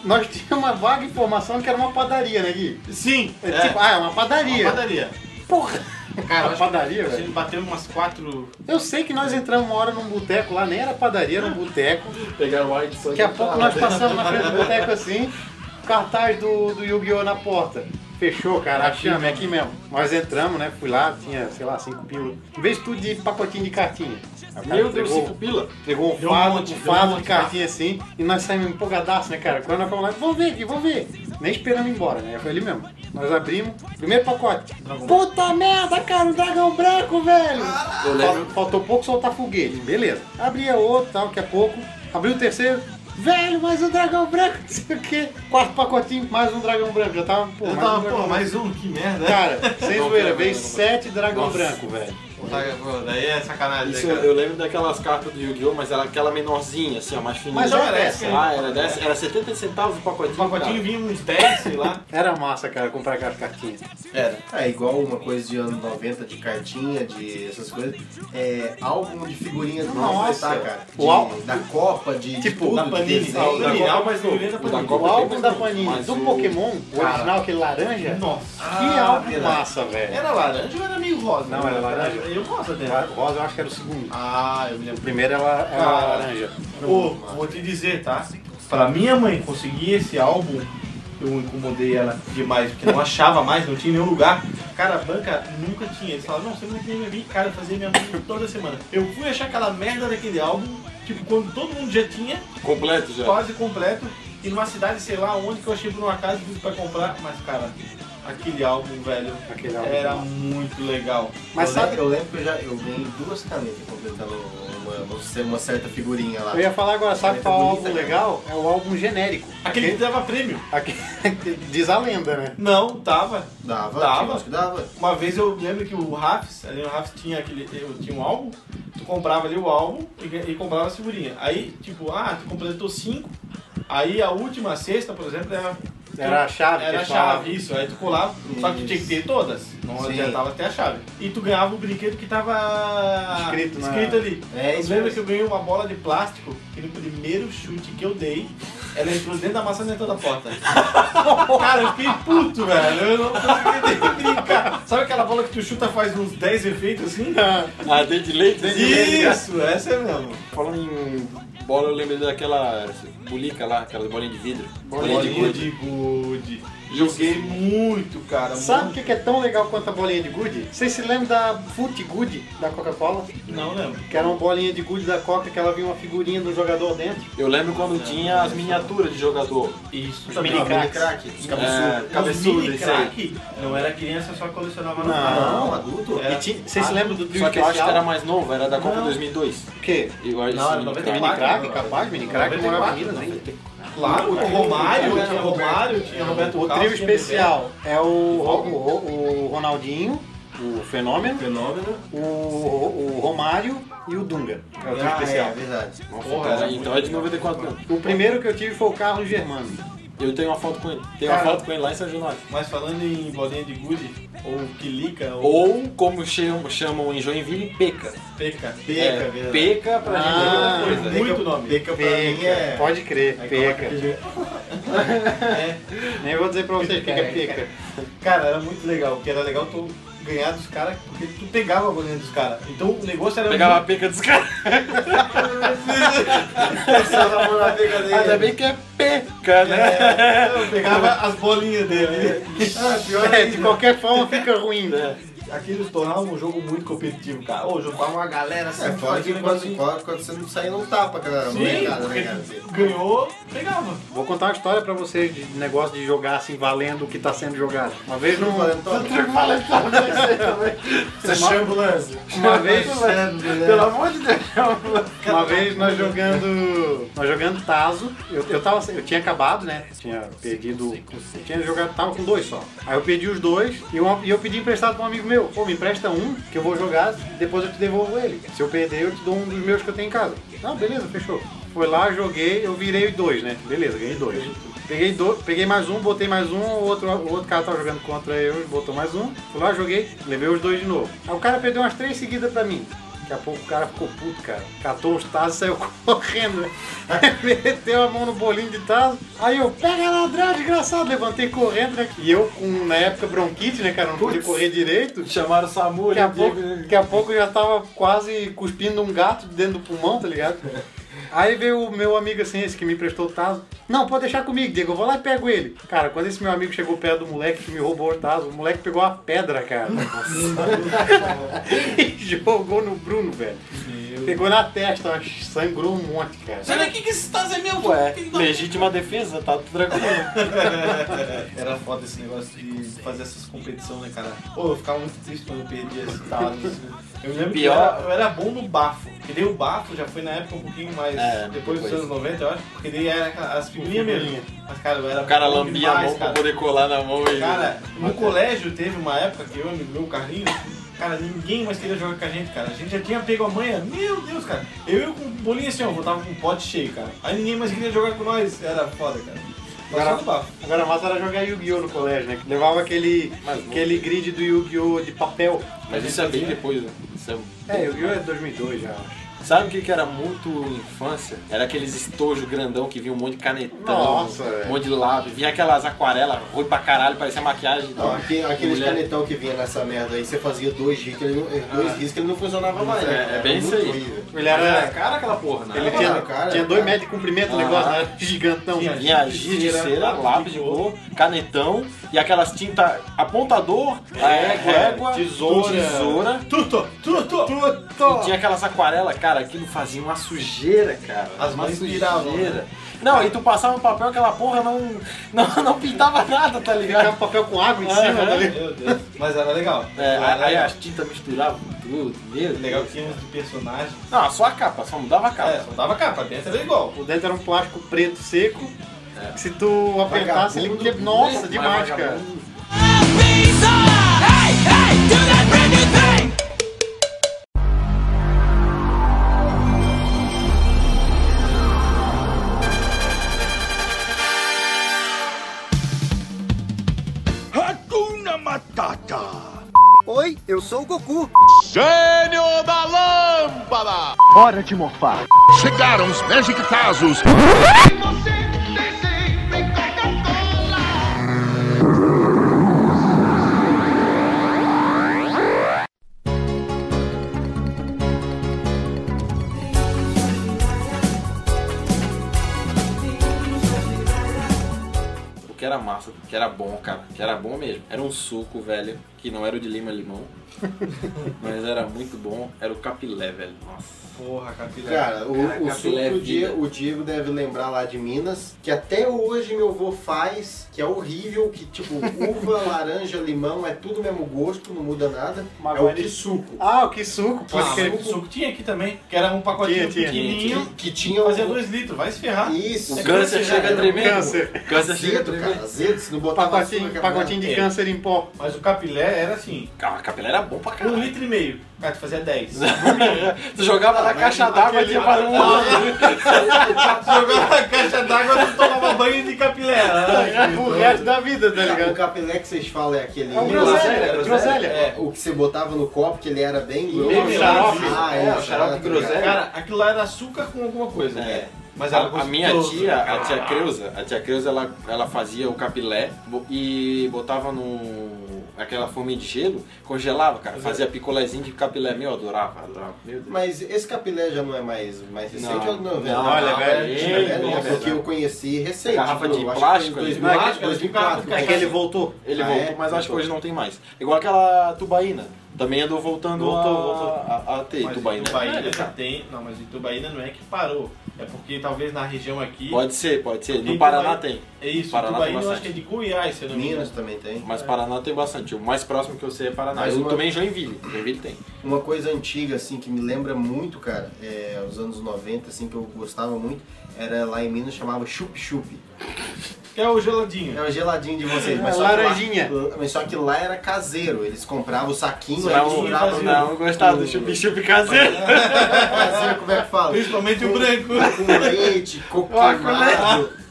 Nós *laughs* tínhamos uma vaga informação que era uma padaria, né, Gui?
Sim,
É, Tipo, ah, é uma padaria.
uma padaria.
Porra!
Cara,
uma
eu acho
padaria,
que a
velho.
gente bateu umas quatro.
Eu sei que nós entramos uma hora num boteco lá, nem era padaria, era um boteco.
Pegar o ar de só
Daqui a
de-
pouco nós passamos na frente do boteco assim, cartaz do, do Yu-Gi-Oh! na porta. Fechou, cara, achamos, é aqui mesmo. Nós entramos, né? Fui lá, tinha, sei lá, cinco pila. Em vez de tudo de pacotinho de cartinha. Aí o cara
Meu Deus,
entregou-
cinco pila.
Pegou um
Deu um
fado,
monte,
um
deu um
fado
monte,
de cartinha assim, e nós saímos empolgadaço, né, cara? Quando nós fomos lá, vamos ver, Gui, vamos ver. Nem esperando ir embora, né? Foi ali mesmo. Nós abrimos, primeiro pacote.
Dragão
Puta merda, cara, o dragão branco, velho!
Ah, Eu
Fal-
lembro.
Faltou pouco soltar foguete, beleza. Abria outro, tal, daqui a pouco. Abriu o terceiro. Velho, mais um dragão branco, *laughs* não sei o quê. Quarto pacotinho, mais um dragão branco. Já tava, pô,
Eu
mais um
tava,
dragão
pô,
branco.
mais um, que merda.
Cara, sem
Não,
zoeira,
cara,
veio
não, não.
sete dragão
Nossa.
branco, velho.
Saca, pô, daí é sacanagem,
Isso,
né,
eu
cara?
eu lembro daquelas cartas do Yu-Gi-Oh!, mas era aquela menorzinha, assim, ó, mais fininha.
Mas
Então
era
era
dessa,
essa.
Ah, era dessa? Era 70 centavos o pacotinho?
O Um pacotinho vinha uns 10, sei *laughs* lá.
Era massa, cara, comprar aquelas cartinhas.
Era. É igual uma coisa de ano 90, de cartinha, de essas coisas. É álbum de figurinhas novas,
Nossa.
tá, cara? De-
O álbum-
Da Copa, de. de
Tipo,
tudo,
da
de
Panini.
né?
desenho.
Da
Mineral,
Copa, mas
mas não.
não.
O da
O
Copa
álbum da Panini
Mas
do
o-
Pokémon, o
Cara.
original, aquele laranja,
Nossa.
que
Ah,
álbum
verdade.
massa, velho.
Era laranja ou era meio rosa?
Não, era laranja.
Eu gosto até.
O Rosa eu acho que era o segundo.
Ah, eu me lembro.
O primeiro era, era
Cara.
laranja.
Pô, vou te dizer, tá? Pra minha mãe conseguir esse álbum, eu incomodei ela demais, porque não achava mais, não tinha em nenhum lugar. Cara, a banca nunca tinha. Eles falavam, não, semana que vem vai vir. Cara, eu fazia minha mãe toda semana. Eu fui achar aquela merda daquele álbum, tipo, quando todo mundo já tinha,
Completo já.
quase completo, e numa cidade, sei lá onde, que eu achei por uma casa, fui pra comprar, mas, cara, aquele álbum, velho,
Aquele álbum.
era um muito legal.
Mas
eu
sabe-
lembro, eu lembro que eu já eu ganhei duas canetas completando uma, uma, uma certa figurinha lá.
Eu ia falar agora, sabe
Caneta
qual álbum
bonita, cara.
legal? É o álbum genérico.
Aquele que dava prêmio.
aquele, aquele- diz a lenda, né?
Não, tava.
Dava,
Dava.
tinha uns que dava.
Uma vez eu lembro que o Rafs, ali no Rafs tinha aquele, eu tinha um álbum, tu comprava ali o álbum e, e comprava a figurinha. Aí, tipo, ah, tu completou cinco, aí a última sexta, por exemplo, era,
Era a chave que
era a
eles falavam.
chave, isso, aí tu colava, só que tu tinha que ter todas, não
Sim.
adiantava até a chave. E tu ganhava o brinquedo que tava
Escrito na-
ali.
É,
eu
isso
lembro
mesmo.
que eu ganhei uma bola de plástico, que no primeiro chute que eu dei, ela entrou dentro da maçaneta da porta. Cara, eu fiquei puto, velho. Eu não consegui nem brincar. Sabe aquela bola que tu chuta faz uns 10 efeitos assim?
Ah, dente de leite?
Isso, essa é mesmo.
Falando em bola, eu lembrei daquela bulica lá, aquela bolinha de vidro.
Bolinha de gude. gude. Joguei muito, cara.
Sabe o que que é tão legal quanto a bolinha de gude? Vocês se lembram da Foot Good da Coca-Cola?
muito. Não lembro.
Que era uma bolinha de gude da Coca que ela vinha uma figurinha do jogador dentro.
Eu lembro quando tinha as miniaturas de jogador.
Isso,
também.
Não,
Mini-cracks.
mini crack, os
É,
cabeçudos.
cabeçudo,
mini
isso aí.
crack. Não era criança, só colecionava no
Não.
carro.
Não, adulto.
É.
E ti- vocês se lembram do trio
Só que eu acho que
especial?
era mais novo, era da Copa
Não.
2002.
O quê?
Eu acho
Não, era
que-
94.
Mini crack,
Não,
capaz? né? Mini crack morava em Minas ainda.
Claro, o Romário, tinha Romário, tinha Roberto
O
Carlos,
trio
tinha Bebeto.
especial é assim, o, o- o- o Ronaldinho, o Fenômeno,
Fenômeno.
né?
o, o Romário e o Dunga. É o trio
Ah, é,
especial.
é verdade.
Porra, era- então é de 94 mesmo.
O primeiro que eu tive foi o Carlos Germano.
Eu tenho uma foto com ele. Tenho uma
Cara.
foto com ele lá em São Januário.
Mas falando em bolinha de gude, ou quilica, ou,
Ou, como chamam, chamam em Joinville, peca.
peca.
É,
verdade.
peca pra gente é
Ah,
outra coisa.
muito nome.
Peca pra mim
Peca,
é.
pode crer, peca. Nem vou dizer pra vocês o que é peca.
Cara, era muito legal, porque era legal tu ganhar dos caras, porque tu pegava a bolinha dos caras. Então o negócio era
Pegava a peca dos
*laughs*
caras. Ainda bem que é peca, né?
muito... *laughs* Eu É, pegava as bolinhas dele. Ah, pior
É,
é,
de qualquer forma fica ruim.
Aquilo tornava um jogo muito competitivo, cara. Ô, juntava uma galera assim,
É, fora
fazia
que
um
quando,
negocinho.
quando quando você não sair, não tapa, cara.
Sim,
molecada, né, cara?
porque ganhou, pegava.
Vou contar uma história pra vocês de negócio de jogar assim, valendo o que tá sendo jogado. Uma vez
um-
num.
Você chama a ambulância.
Uma vez.
um né?
Pelo amor de Deus.
Uma vez nós jogando. Nós jogando Tazo. Eu, eu, tava, eu tinha acabado, né? Tinha perdido. eu Tinha jogado, tava com dois só. Aí eu perdi os dois e, uma- e eu pedi emprestado pra um amigo meu. Pô, me empresta um que eu vou jogar, depois eu te devolvo ele. Se eu perder, eu te dou um dos meus que eu tenho em casa. Ah, beleza, fechou. Foi lá, joguei, eu virei os dois, né? Beleza, ganhei dois. Peguei, do, peguei mais um, botei mais um, o outro, o outro cara tava jogando contra eu, botou mais um. Fui lá, joguei, levei os dois de novo. Aí o cara perdeu umas três seguidas pra mim. Daqui a pouco o cara ficou puto, cara. Catou os tazos e saiu *laughs* correndo. né? Meteu a mão no bolinho de tazo. Aí eu, pega ladrão, desgraçado. Levantei correndo, né? E eu, com, na época, bronquite, né, cara? Não podia correr direito.
Chamaram o Samu,
Daqui a,
ele
pouco,
né?
teve-
daqui a pouco eu já tava quase cuspindo um gato de dentro do pulmão, tá ligado? Aí veio o meu amigo assim, esse que me emprestou o taso. Não, pode deixar comigo, Diego, eu vou lá e pego ele. Cara, quando esse meu amigo chegou perto do moleque que me roubou o taso, o moleque pegou uma pedra, cara. *laughs* e jogou no Bruno, velho. Pegou na testa, mas sangrou um monte, cara.
daqui que esse tazo é meu,
Ué, legítima defesa, tá tranquilo.
É, Era foda esse negócio de fazer essas competições, né, cara? Pô, eu ficava muito triste quando eu perdia esse tazo. assim. Eu lembro que eu
Pior-
era, eu era bom no bafo. Porque daí o bafo já foi na época um pouquinho mais.
É,
depois, dos
depois.
anos 90, eu acho. Porque daí era aquela- as figurinhas mesmo. Mas, cara, eu era
O cara
bom
lambia a
demais,
mão pra
cara.
poder colar na mão e.
Cara, no colégio teve uma época que eu e o meu carrinho, Cara, ninguém mais queria jogar com a gente, cara. A gente já tinha pego a manha. Meu Deus, cara. Eu com bolinha assim, ó, voltava com um pote cheio, cara. Aí ninguém mais queria jogar com nós. Era foda, cara. Passou do bafo.
Agora a massa era jogar Yu-Gi-Oh! no colégio, né? Levava aquele, aquele grid do Yu-Gi-Oh! de papel.
Mas isso é bem depois, né? Isso é-
É, Yu-Gi-Oh! é 2002 já, acho.
Sabe o que, que era muito infância? Era aqueles estojos grandão que vinha um monte de canetão,
Nossa,
um
velho.
monte de lápis, vinha aquelas aquarelas ruim pra caralho, parecia maquiagem.
Não, aque- aqueles
Mulher.
canetão que vinha nessa merda aí, você fazia dois riscos, ele não, dois riscos, ele não funcionava mais. né,
Ah. É,
cara?
é bem isso
Muito
aí.
horrível.
Ele era.
cara aquela porra, né?
Ele
Ah,
tinha,
cara,
tinha dois
cara.
metros de comprimento o negócio, né? Gigantão.
Tinha.
Vinha giz de cera, lápis de cor, canetão e aquelas tintas apontador, a égua, égua,
tesoura.
tesoura.
Tuto, tuto,
E tinha aquelas aquarelas, cara, aquilo fazia uma sujeira, cara.
As
uma
mães piravam, né?
Não, e tu passava um papel, aquela porra não, não, não pintava nada, tá
Ficava
ligado?
um papel com água em cima,
Aham.
tá ligado?
Meu Deus. Mas era legal.
É,
era
aí
legal.
as tintas misturavam tudo, entendeu?
Legal que tínhamos de personagem.
Não, só a capa, só mudava a capa.
É, só dava capa, dentro era igual.
O dentro era um plástico preto seco.
É.
Que se tu apertasse, ele quebrava. Nossa, demais, cara.
Hakuna Matata.
Oi, eu sou o Goku.
Gênio da Lâmpada.
Hora de morfar.
Chegaram os Magic Tazos.
O que era massa, o que era bom, cara, o que era bom mesmo. Era um suco, velho, que não era o de lima limão, *laughs* mas era muito bom. Era o capilé, velho. Nossa.
Porra, capilé.
Cara, o,
Cara,
o
capilé
suco
é
o
vida.
Diego, o Diego deve lembrar lá de Minas, que até hoje meu avô faz, que é horrível, que tipo,
*laughs*
uva, laranja, limão, é tudo o mesmo gosto, não muda nada.
Mas
é o
vai
que
de-
suco.
Ah, o que suco, pode
Ah,
crer.
mas o suco tinha aqui também, que era um pacotinho
Tinha, tinha.
pequenininho,
Que, que tinha
fazia
o-
2 litros, vai se ferrar.
Isso.
O câncer É chega a tremer.
Câncer.
O câncer chega a
Azedo,
tremer.
cara, azedo, se não botar
Pacotinho, pacotinho de
É.
câncer em pó.
Mas o capilé era assim,
Cara, o capilé era bom pra
um
caralho.
litro e meio. Cara, tu fazia 10.
Tu jogava na caixa d'água e ia para um lado.
Jogava na caixa d'água e tomava banho de capilé.
Ah, O resto da vida, tá
O
ligado?
capilé que vocês falam é aquele... né?
É um groselha, é groselha.
É.
O que você botava no copo, que ele era bem
Bem xarope.
Ah,
É,
é,
o xarope
tá
groselha.
ligado?
um Cara, aquilo lá era açúcar com alguma coisa. né?
É.
Mas era
A, a minha
gostoso,
tia, a
cara.
tia Creuza, a tia Creuza, ela, ela fazia o capilé bo- e botava no aquela forminha de gelo, congelava, cara, fazia picolézinho de capilé, meu, eu adorava, adorava, meu Deus.
Mas esse capilé já não é mais, mais recente
Não.
ou não, velho?
Não,
Olha,
não,
velho,
ele-
É,
ele-
né? porque eu conheci recente.
Garrafa
tipo,
de
eu acho
plástico,
que foi em
né?
2004,
É que ele voltou.
Ele
Ah,
voltou,
é?
mas acho que
Voltou.
hoje não tem mais. Igual aquela tubaína. Também andou voltando
Voltou,
a,
voltou.
a, a ter
Mas
tubaína.
Itubaína
É,
já
tá.
cara.
tem. Não, mas Itubaína não é que parou. É porque talvez na região aqui.
Pode ser, pode ser.
Porque
No Paraná
Itubaí-
tem.
É isso,
Paraná tem
Itubaína eu acho
bastante.
que é de Goiás, se eu não me engano.
Minas também tem.
Mas Paraná tem bastante. O mais próximo que eu sei é Paraná.
É. Mais
eu
uma-
tomei em Joinville. Joinville tem.
Uma coisa antiga, assim, que me lembra muito, cara, é, os anos 90, assim, que eu gostava muito, era lá em Minas, chamava chup-chup.
Que é o geladinho.
É o geladinho de vocês,
É,
mas só que lá-
laranjinha.
mas só que lá era caseiro, eles compravam o saquinho, aí eles
Não,
misturavam
não,
Brasil.
não gostava do chup-chup caseiro.
caseiro, como é que fala?
Principalmente o
Com-
branco.
*laughs* Com leite, coquimado.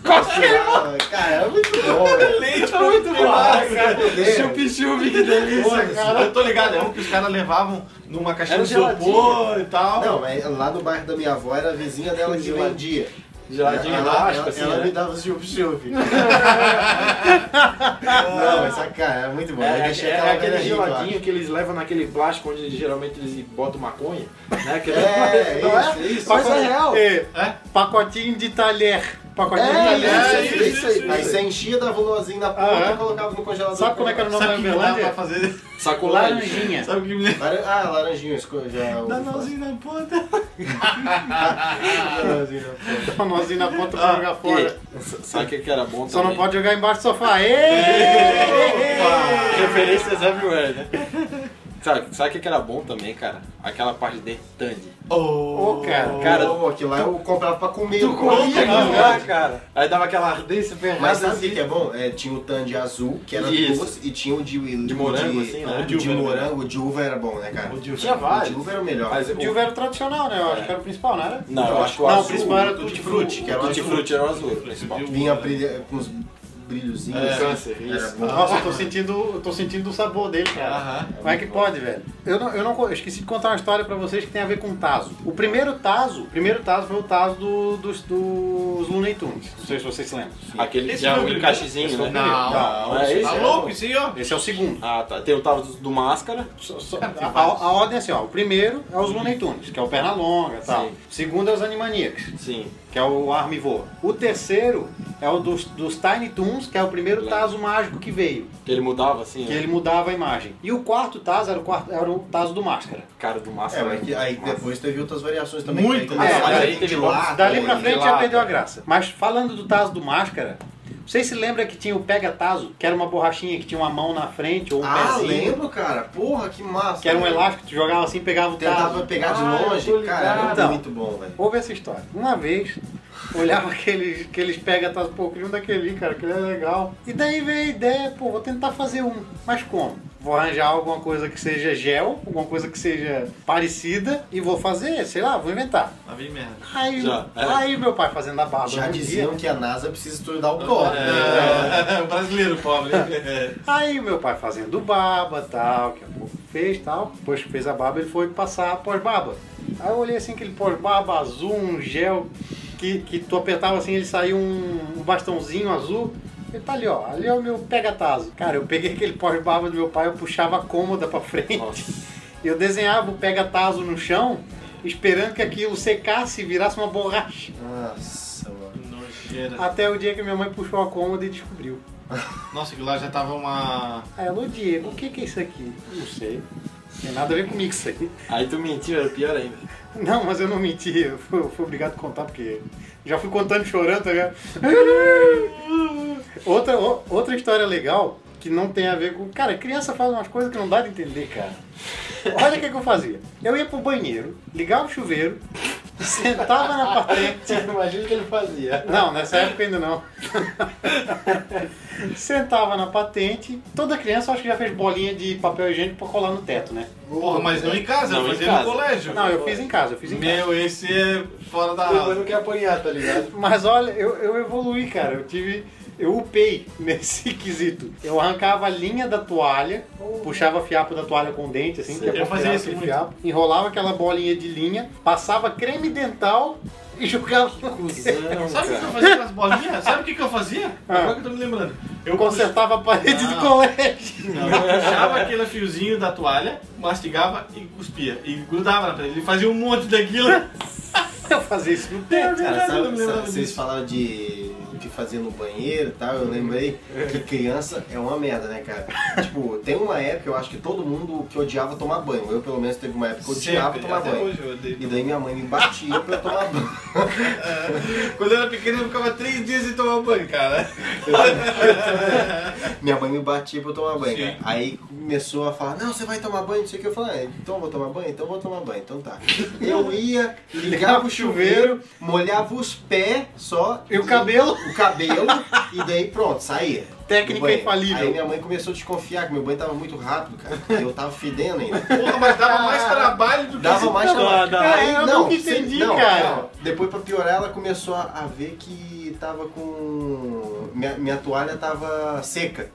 Coquimado! Cara, era muito bom, velho.
*laughs* Leite É muito
Chup-chup, que delícia.
Eu tô ligado, é um que os caras levavam numa caixinha
Era
de isopor
geladinho.
e tal.
Não, mas lá no bairro da minha avó era a vizinha dela que
Geladinho.
vendia.
Geladinho
ela,
elástico,
ela,
assim,
ela
né?
me dava os chup-chup. Não, mas saca, cara, era muito bom. Eu
É,
deixei
é,
aquela
aquele
velhinha, eu acho.
geladinho que eles levam naquele plástico onde geralmente eles botam maconha, né? Aquele-
É,
*laughs* Não
isso, isso.
Mas é real.
É,
É?
Pacotinho de talher. Pacotinho
É,
de talher.
isso,
isso,
isso, isso aí.
isso,
Aí
isso.
você enchia, dava um lozinho na ponta
Aham.
e colocava no congelador.
Sabe como é que era o nome da
Sabe o que dá pra
Uberlândia?
fazer? *laughs*
Sacolagem.
Laranjinha.
Sabe o que me lembra?
Laran- Ah, laranjinho, esco- já ouvi
Dá
falar.
nozinho na ponta.
Dá nozinho na ponta.
Dá um nozinho na ponta pra jogar fora.
E, s- sabe o que que era bom
Só não
também?
pode jogar embaixo do sofá. Ê!
Referências everywhere, né? Sabe, sabe o que que era bom também, cara? Aquela parte de Tandy.
Ô, cara.
Cara,
Ô, aquilo lá eu comprava pra comer. eu
comia
comia,
aquilo
cara.
lá, cara. Aí dava aquela ardência ferrada.
Mas sabe o
assim.
que que é bom? É, tinha o tan de azul, que era
Isso.
doce, e tinha o de,
De morango, assim, né?
o
De
De,
uva era
morango, o de uva era bom, né, cara?
O de uva.
Tinha
O de
vários. O de uva era o melhor.
Mas
O Dilver era o tradicional, né? Eu acho que era o principal, não era?
Não, eu acho que o
Não,
azul...
o principal era o
Tutti
Tutti
Frutti, que era o
Tutti
azul.
Frutti era o azul, o principal.
Vinha brilha- com uns brilhozinhos.
É,
assim.
câncer,
Era
isso.
bom.
Nossa, eu tô sentindo, eu tô sentindo o sabor dele, cara.
Aham.
Como é que pode, velho? Eu não, eu não eu esqueci de contar uma história pra vocês que tem a ver com o Tazo. O primeiro Tazo, o primeiro Tazo foi o Tazo do- dos, dos Looney Tunes. Não sei se vocês se lembram.
Aquele
Esse
que é
foi o
o
primeiro?
cachezinho,
Esse foi
né?
o primeiro.
Não,
Não,
é esse?
Tá
É.
louco isso aí, ó?
Esse é o segundo.
Ah, tá. Tem o tava do, do Máscara.
Só- só- a, a ordem é assim, ó. O primeiro é os Looney Tunes, que é o Pernalonga e tal.
Sim.
O segundo é os Animaniacs,
Sim.
que é o Armivor. O terceiro é o dos, dos Tiny Toons, que é o primeiro
Lembro.
Tazo mágico que veio.
Que ele mudava, assim,
Que
né?
ele mudava a imagem. E o quarto Tazo era o, quarto, era o Tazo do Máscara.
Cara do
É,
Máscara.
mas que aí depois teve outras variações também.
Muito,
que aí
é, mas
aí teve
lá.
Dali pra
aí,
frente
de
já
lá.
perdeu a graça. Mas falando do Tazo do Máscara, vocês se lembram que tinha o Pega Tazo, que era uma borrachinha que tinha uma mão na frente ou um
Ah,
pezinho?
lembro, cara. Porra, que massa.
Que era um
velho.
elástico, tu jogava assim e pegava o
Tentava
Tazo.
pegar de
Ah, eu tô
longe. Cara, era
ligado.
muito bom, velho.
Houve essa história. Uma vez, olhava *laughs* aqueles, aqueles Pega Tazo, pô, eu queria um daquele, cara, aquele é legal. E daí veio a ideia, pô, vou tentar fazer um. Mas como? Vou arranjar alguma coisa que seja gel, alguma coisa que seja parecida e vou fazer, sei lá, vou inventar.
Lá vem Tá merda.
Aí,
Já, é.
aí meu pai fazendo a barba.
Já
um dia,
diziam que a NASA precisa estudar o pobre.
É, brasileiro pobre. É,
Aí meu pai fazendo barba tal, que a pouco fez tal. Depois que fez a barba, ele foi passar a pós-barba. Aí eu olhei assim aquele pós-barba azul, um gel, que, que tu apertava assim, ele saiu um, um bastãozinho azul. Ele tá ali, ó. Ali é o meu pega-tazo. Cara, eu peguei aquele pós-barba do meu pai, eu puxava a cômoda pra frente. *laughs* Eu desenhava o pega-tazo no chão, esperando que aquilo secasse e virasse uma borracha.
Nossa, mano.
Nojeira.
Até o dia que minha mãe puxou a cômoda e descobriu.
Nossa, que lá já tava uma.
Aí ela, ô Diego, o que que é isso aqui? Não sei. Tem nada a ver comigo isso aqui.
Aí tu mentiu, era pior ainda.
*laughs* Não, mas eu não menti, eu fui, eu fui obrigado a contar, porque já fui contando chorando, tá
*laughs*
ligado? outra, o- outra história legal que não tem a ver com. Cara, criança faz umas coisas que não dá de entender, cara. Olha o que, que eu fazia. Eu ia pro banheiro, ligava o chuveiro, *laughs* sentava na patente.
Imagina o que ele fazia.
Não, nessa época ainda não. *laughs* Sentava na patente. Toda criança eu acho que já fez bolinha de papel higiênico pra colar no teto, né?
Porra, mas não em casa,
Não,
eu
em
fazia
casa.
no colégio.
Não, eu fiz em casa, eu fiz em casa.
Meu, esse é fora da
Eu
aula.
não quer apanhar, tá ligado?
Mas olha, eu, eu evoluí, cara. Eu tive. Eu upei *laughs* nesse quesito. Eu arrancava a linha da toalha,
Oh.
puxava fiapo da toalha com o dente, assim, que é
Eu
pra
fazia
tirar
isso
aquele
muito.
fiapo, enrolava aquela bolinha de linha, passava creme dental e jogava no teto.
Sabe o que que eu fazia com as bolinhas? Sabe o que que eu fazia? Agora que eu tô me lembrando. Eu
Eu *laughs* consertava a parede do
*laughs*
Não.
colégio.
Não, eu puxava aquele fiozinho da toalha, mastigava e cuspia. E grudava na parede. Ele fazia um monte daquilo.
Eu fazia isso no teto.
Cara, sabe-
eu não me lembrava
sabe- vocês falaram de o que fazer no banheiro e tal, eu lembrei que criança é uma merda, né,
*laughs*
cara? tipo, tem uma época, eu acho que todo mundo que odiava tomar banho. Eu, pelo menos, teve uma época que odiava
Sempre,
tomar
até
banho.
hoje eu odeio.
E daí minha mãe me batia pra eu tomar banho.
Quando eu era pequeno, eu ficava três dias sem tomar banho, cara.
Minha mãe me batia pra eu tomar banho,
Sim.
cara. Aí começou a falar, não, você vai tomar banho, não sei o que. Eu falei, ah, então eu vou tomar banho, então eu vou tomar banho, então tá. Eu ia, ligava o chuveiro, molhava os pés só.
E o cabelo?
O cabelo, e daí pronto, saía.
Técnica
Do banho.
infalível.
Aí minha mãe começou a desconfiar que meu banho tava muito rápido, cara. E eu tava fedendo ainda.
Porra, mas dava mais trabalho do que
Dava mais trabalho.
dá. Cara, eu nunca
sem-
entendi, cara.
Depois pra piorar, ela começou a, a ver que tava com. Minha, minha toalha tava seca.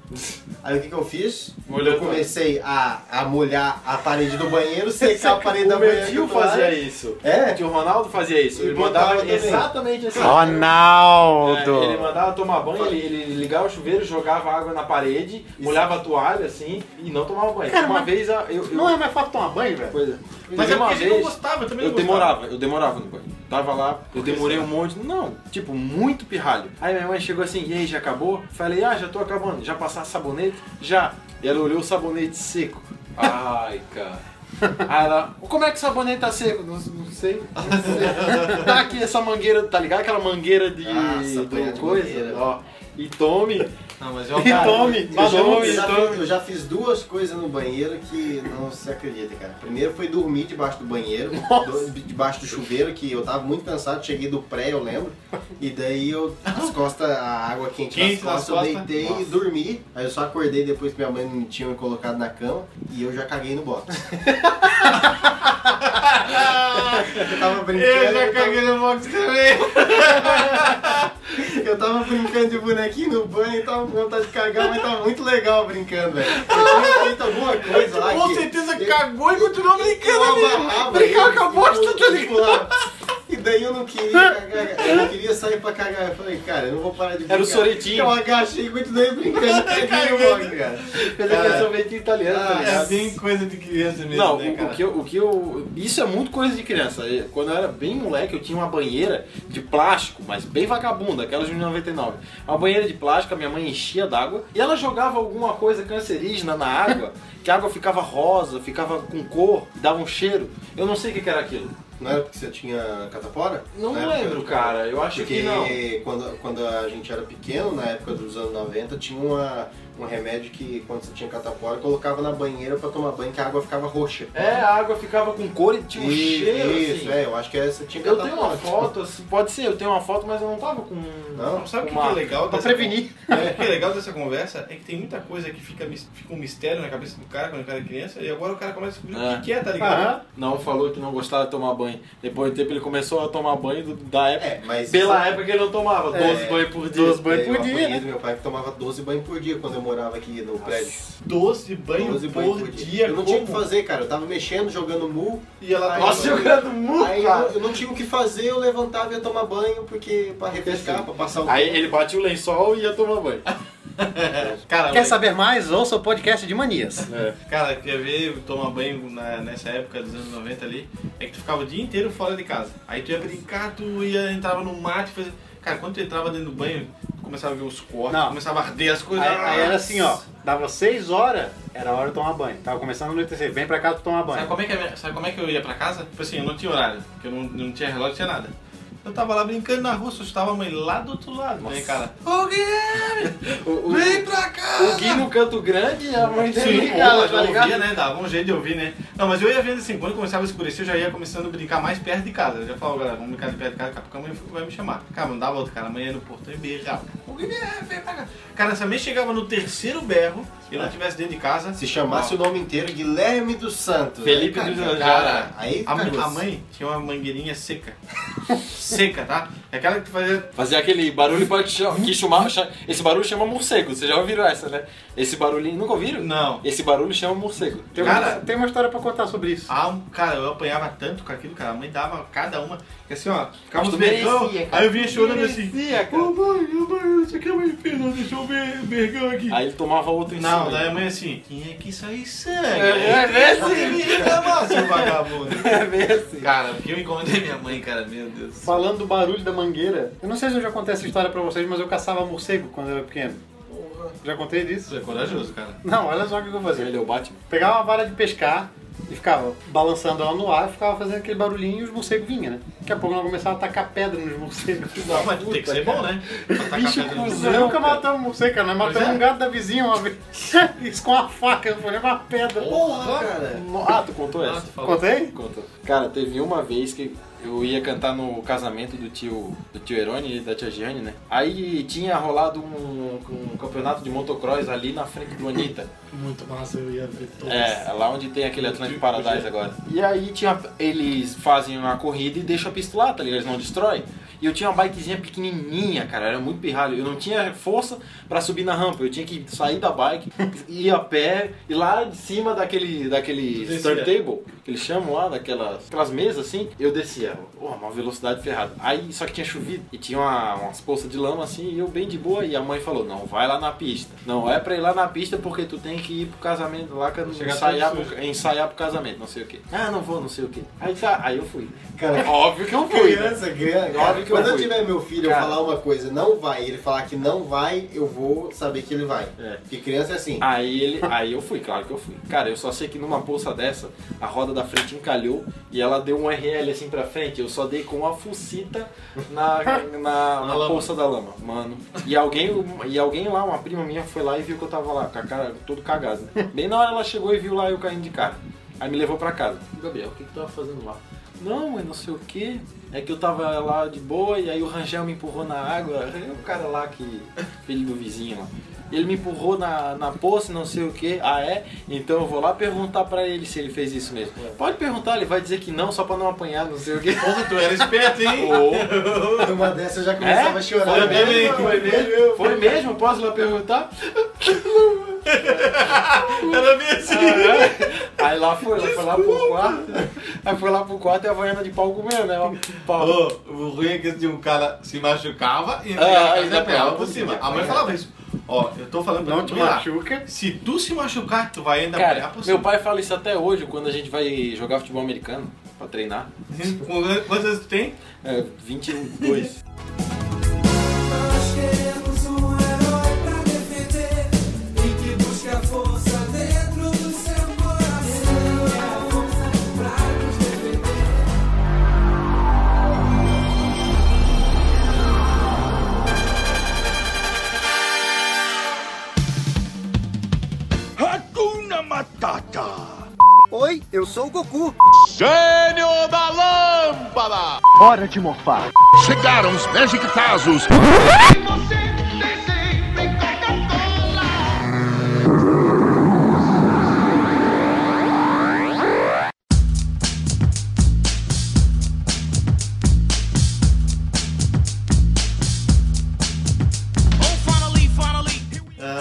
Aí o que, que eu fiz?
Molhou
eu comecei a, a molhar a parede do banheiro, secar a parede da
O meu
banheira.
tio
com toalha.
fazia isso.
É?
O tio Ronaldo fazia isso.
E
Ele mandava
botava também.
exatamente assim. É, ele
Ronaldo!
mandava tomar banho, ele, ele ligava o chuveiro, jogava água na parede, molhava a toalha assim e não tomava banho.
Cara,
uma
mas-
vez a- eu, eu-
Não é mais fácil tomar banho, velho?
coisa.
Mas
Teve
é
uma
porque a gente não gostava, eu também
eu
não gostava.
demorava, eu demorava no banho. Tava lá, eu demorei um monte. Não, tipo, muito pirralho. Aí minha mãe chegou assim, e aí, já acabou? Falei, ah, já tô acabando. Já passar sabonete? Já. E ela olhou o sabonete seco. Ai, cara. Aí ela, como é que o sabonete tá seco? Não, não sei. *laughs* Não sei. Tá aqui essa mangueira, tá ligado? Aquela mangueira de
Ah, sabonete
coisa.
mangueira. Então,
Ó. E tome.
Não, mas é eu
E tome,
Eu já,
balão,
eu já
então-
fiz, eu já fiz duas coisas no banheiro que não se acredita, cara. Primeiro foi dormir debaixo
*laughs*
do banheiro, do- debaixo do chuveiro, que eu tava muito cansado, cheguei do pré, eu lembro. E daí eu, as costas, a água quente,
Quente
nas
nas
costas, eu
costas.
deitei e dormi. Aí eu só acordei depois que minha mãe me tinha me colocado na cama e eu já caguei
*laughs*
no box. *laughs* eu tava brincando.
Eu já
eu tava-
caguei no box também.
eu tava brincando de bonequinho no banho e tava com vontade de cagar, mas tava muito legal brincando, velho. Eu tinha feito alguma coisa lá.
Com
que-
certeza
eu-
cagou e continuou
eu
brincando
amarrava.
ali. Brincar
ele,
com a bosta,
eu-
tá ligado?
tipo lá. E daí eu não queria cagar, eu não queria sair pra cagar. Eu falei, cara, eu não vou parar de brincar.
Era o soretinho.
Eu agachei e continuei
*laughs*
brincando, caguei no box, cara. ah, assim.
Pelo é que eu sou meio que italiano, tá ligado?
É bem coisa de criança mesmo,
Não,
né,
o, o
cara?
que eu, o que eu. Isso é muito coisa de criança. Eu- Quando eu era bem moleque, eu tinha uma banheira de plástico, mas bem vagabunda, aquelas de 99. Uma banheira de plástico, a minha mãe enchia d'água e ela jogava alguma coisa cancerígena na água, *laughs* que a água ficava rosa, ficava com cor, dava um cheiro. Eu não sei o que que era aquilo.
Não era porque você tinha catapora?
Não
Na época?
lembro, cara. Eu acho
Porque
que não.
Quando, quando a gente era pequeno, na época dos anos 90, tinha uma, um remédio que quando você tinha catapora, colocava na banheira pra tomar banho que a água ficava roxa.
É, a água ficava com cor e tinha um
Isso,
cheiro.
isso,
assim.
é, eu acho que essa tinha
Eu
catapora.
tenho uma foto, assim, pode ser, eu tenho uma foto, mas eu não tava com.
Não?
Sabe o que,
Uma-
que é legal?
Pra
dessa
prevenir.
con- é, o que é legal dessa conversa é que tem muita coisa que fica, mis- fica um mistério na cabeça do cara quando o cara é criança e agora o cara começa a descobrir
É.
o que que é, tá ligado?
Aham.
Não falou que não gostava de tomar banho. Depois do tempo ele começou a tomar banho do- da época.
É, mas
Pela
isso-
época que ele não tomava, 12
É,
banhos por dia.
12 banhos
É, eu
por dia,
apanhei
né?
do Meu pai que tomava 12 banhos por dia quando eu morava aqui no prédio.
12 banhos
12
por, dia,
Eu não tinha o que
como?
fazer, cara. Eu tava mexendo, jogando mu.
E ela
Aí-
Nossa, jogando muito,
Aí eu,
cara.
eu não tinha o que fazer, eu levantava e ia tomar banho, porque pra refrescar, pra passar o
assim, Aí ele batia o lençol e ia tomar banho.
Cara,
Quer
moleque,
saber mais? Ouça o podcast de manias.
cara, quer ver tomar banho na- nessa época dos anos 90 ali? É que tu ficava o dia inteiro fora de casa. Aí tu ia brincar, tu ia, entrava no mato e fazia... Cara, quando tu entrava dentro do banho, tu começava a ver os cortes,
Não.
começava a arder as coisas.
Aí, aí era assim, ó. Dava 6 horas, era a hora de tomar banho. Tava começando a anoitecer. Vem pra casa pra tomar
Sabe
banho.
como, é que, a minha- sabe como é que eu ia pra casa? Tipo assim, eu não tinha horário, porque eu não, não tinha relógio, não tinha nada. Eu tava lá brincando na rua, assustava a mãe lá do outro lado, né, cara? Ô Guilherme,
O, o,
vem pra
*laughs*
cá!
o Gui no canto grande e a mãe dele
Sim,
em
pô,
casa,
mas
tá
eu ouvia,
ligado?
né? Dava um jeito de ouvir, né? Não, mas eu ia vendo assim, quando começava a escurecer, eu já ia começando a brincar mais perto de casa. Eu já falava, galera, vamos brincar de perto de casa, daqui a pouco a mãe vai me chamar. Cara, mandava outro cara, amanhã no portão e berrava. Ô Guilherme, vem pra cá. Cara, se a mãe chegava no terceiro berro e eu não estivesse dentro de casa...
Se chamasse o nome inteiro, Guilherme dos Santos.
Felipe
Aí,
dos
cara,
Anjara.
cara, Aí tá
A,
cagou.
a mãe tinha uma mangueirinha seca. *laughs* seca, tá? É Aquela que tu fazia.
Fazia aquele barulho pra cham- que chamava. cha- Esse barulho chama morcego, vocês já ouviram essa, né? Esse barulhinho. Nunca ouviram?
Não. um
Esse barulho chama morcego.
Tem,
Cara-
uma, tem uma história pra contar sobre isso.
Ah, um- cara, eu apanhava tanto com aquilo, cara. A mãe dava cada uma. Que assim, ó, ficava
Mas tu
uns bergão.
merecia, cara.
Aí eu vinha chorando
Merecia,
assim.
cara.
Ô mãe, ô mãe, isso aqui é uma infernal, deixa eu ver bergão aqui.
Aí né? ele tomava outro em
não,
cima.
daí a mãe assim, quem é que isso aí sangue?
É, é
Aí, "Esse menino
*laughs*
da mão, seu vagabundo.
É mesmo.
Cara, porque eu incomodei minha mãe, cara, meu Deus.
Falando do barulho da mangueira, eu não sei se eu já contei essa história pra vocês, mas eu caçava morcego quando eu era pequeno. Já contei disso?
Você é corajoso, cara.
Não, olha só o que eu fazia.
Ele é o Batman.
Pegava uma vara de pescar e ficava balançando ela no ar, ficava fazendo aquele barulhinho e os morcegos vinham, né? Daqui a pouco nós começava a tacar pedra nos morcegos.
Não, mas tem que ser bom, né? Pra tacar
Bicho
pedra no-
cuzão. Nunca matamos um morcego, cara. Nós matamos
é.
um gato da vizinha uma vez. *laughs* Isso com uma faca, foi uma pedra.
Porra,
Cara,
No- Ah, tu contou
Ah,
essa?
tu falou.
Contei?
Conta. Cara, teve uma vez que eu ia cantar no casamento do tio do tio Herone e da tia Giane, né? Aí tinha rolado um, um campeonato de motocross ali na frente do Anitta.
Muito massa, eu ia ver todos.
É, lá onde tem aquele Atlantic Paradise agora. E aí tinha, eles fazem uma corrida e deixam a pista lá, tá ligado? Eles não destroem. E eu tinha uma bikezinha pequenininha, cara, era muito pirralho. Eu não tinha força pra subir na rampa. Eu tinha que sair da bike, *laughs* ir a pé, e lá de cima daquele, daquele
Descia.
turntable, que eles chamam lá, daquelas aquelas mesas assim, eu descia. Ó, uma velocidade ferrada. Aí, só que tinha chovido e tinha uma, umas poças de lama assim, e eu bem de boa. E a mãe falou: Não, vai lá na pista. Não é pra ir lá na pista porque tu tem que ir pro casamento lá, que eu não
Chegar
ensaiar,
todo
pro, ensaiar pro casamento, não sei o que. Ah, não vou, não sei o que. Aí tá, aí eu fui.
cara,
Óbvio que eu fui. né?
criança, criança.
Óbvio que
Quando eu
fui.
tiver meu filho eu
Cara.
falar uma coisa, não vai, e ele falar que não vai, eu vou saber que ele vai.
É.
Porque criança é assim.
Aí ele, aí eu fui, claro que eu fui. Cara, eu só sei que numa bolsa dessa, a roda da frente encalhou e ela deu um RL assim pra frente. Eu só dei com a fucita na, na, na bolsa da lama, mano. E alguém, e alguém lá, uma prima minha, foi lá e viu que eu tava lá, com a cara todo cagado. né? Bem na hora ela chegou e viu lá eu caindo de cara. Aí me levou pra casa. Gabriel, o que, que tu tava fazendo lá? Não, eu não sei o que. É que eu tava lá de boa e aí o Rangel me empurrou na água. É o cara lá que. filho do vizinho lá. Ele me empurrou na, na poça, não sei o que. Ah, é? Então eu vou lá perguntar pra ele se ele fez isso mesmo. Pode perguntar, ele vai dizer que não, só pra não apanhar, não sei o que.
Nossa, tu era esperto, hein?
Numa dessa eu já
É?
começava a chorar.
Foi
né?
mesmo, hein?
Foi mesmo.
Foi mesmo? Posso lá perguntar?
Era bem assim.
Aí lá foi, ela foi lá pro quarto. Aí foi lá pro quarto e a vaiana de pau comeu, né? Ó, Pau.
Ô, o ruim é que assim, o cara se machucava e
Ah,
ele
ainda
apanhava
apanhava
por
por
cima.
cima.
A mãe falava isso. Ó, eu tô falando pra
Não
tu,
te
Mila,
machuca.
Se tu se machucar, tu vai ainda apanhar
Cara,
por cima.
meu pai fala isso até hoje quando a gente vai jogar futebol americano pra treinar.
Quantas- Quantas tu tem?
É, 22.
Nós queremos um herói pra defender e que busque a força dentro do seu coração. É a força pra nos defender.
Hakuna Matata.
Oi, eu sou o Goku.
Gênio da Lâmpada.
Hora de morfar.
Chegaram os Magic Tazos.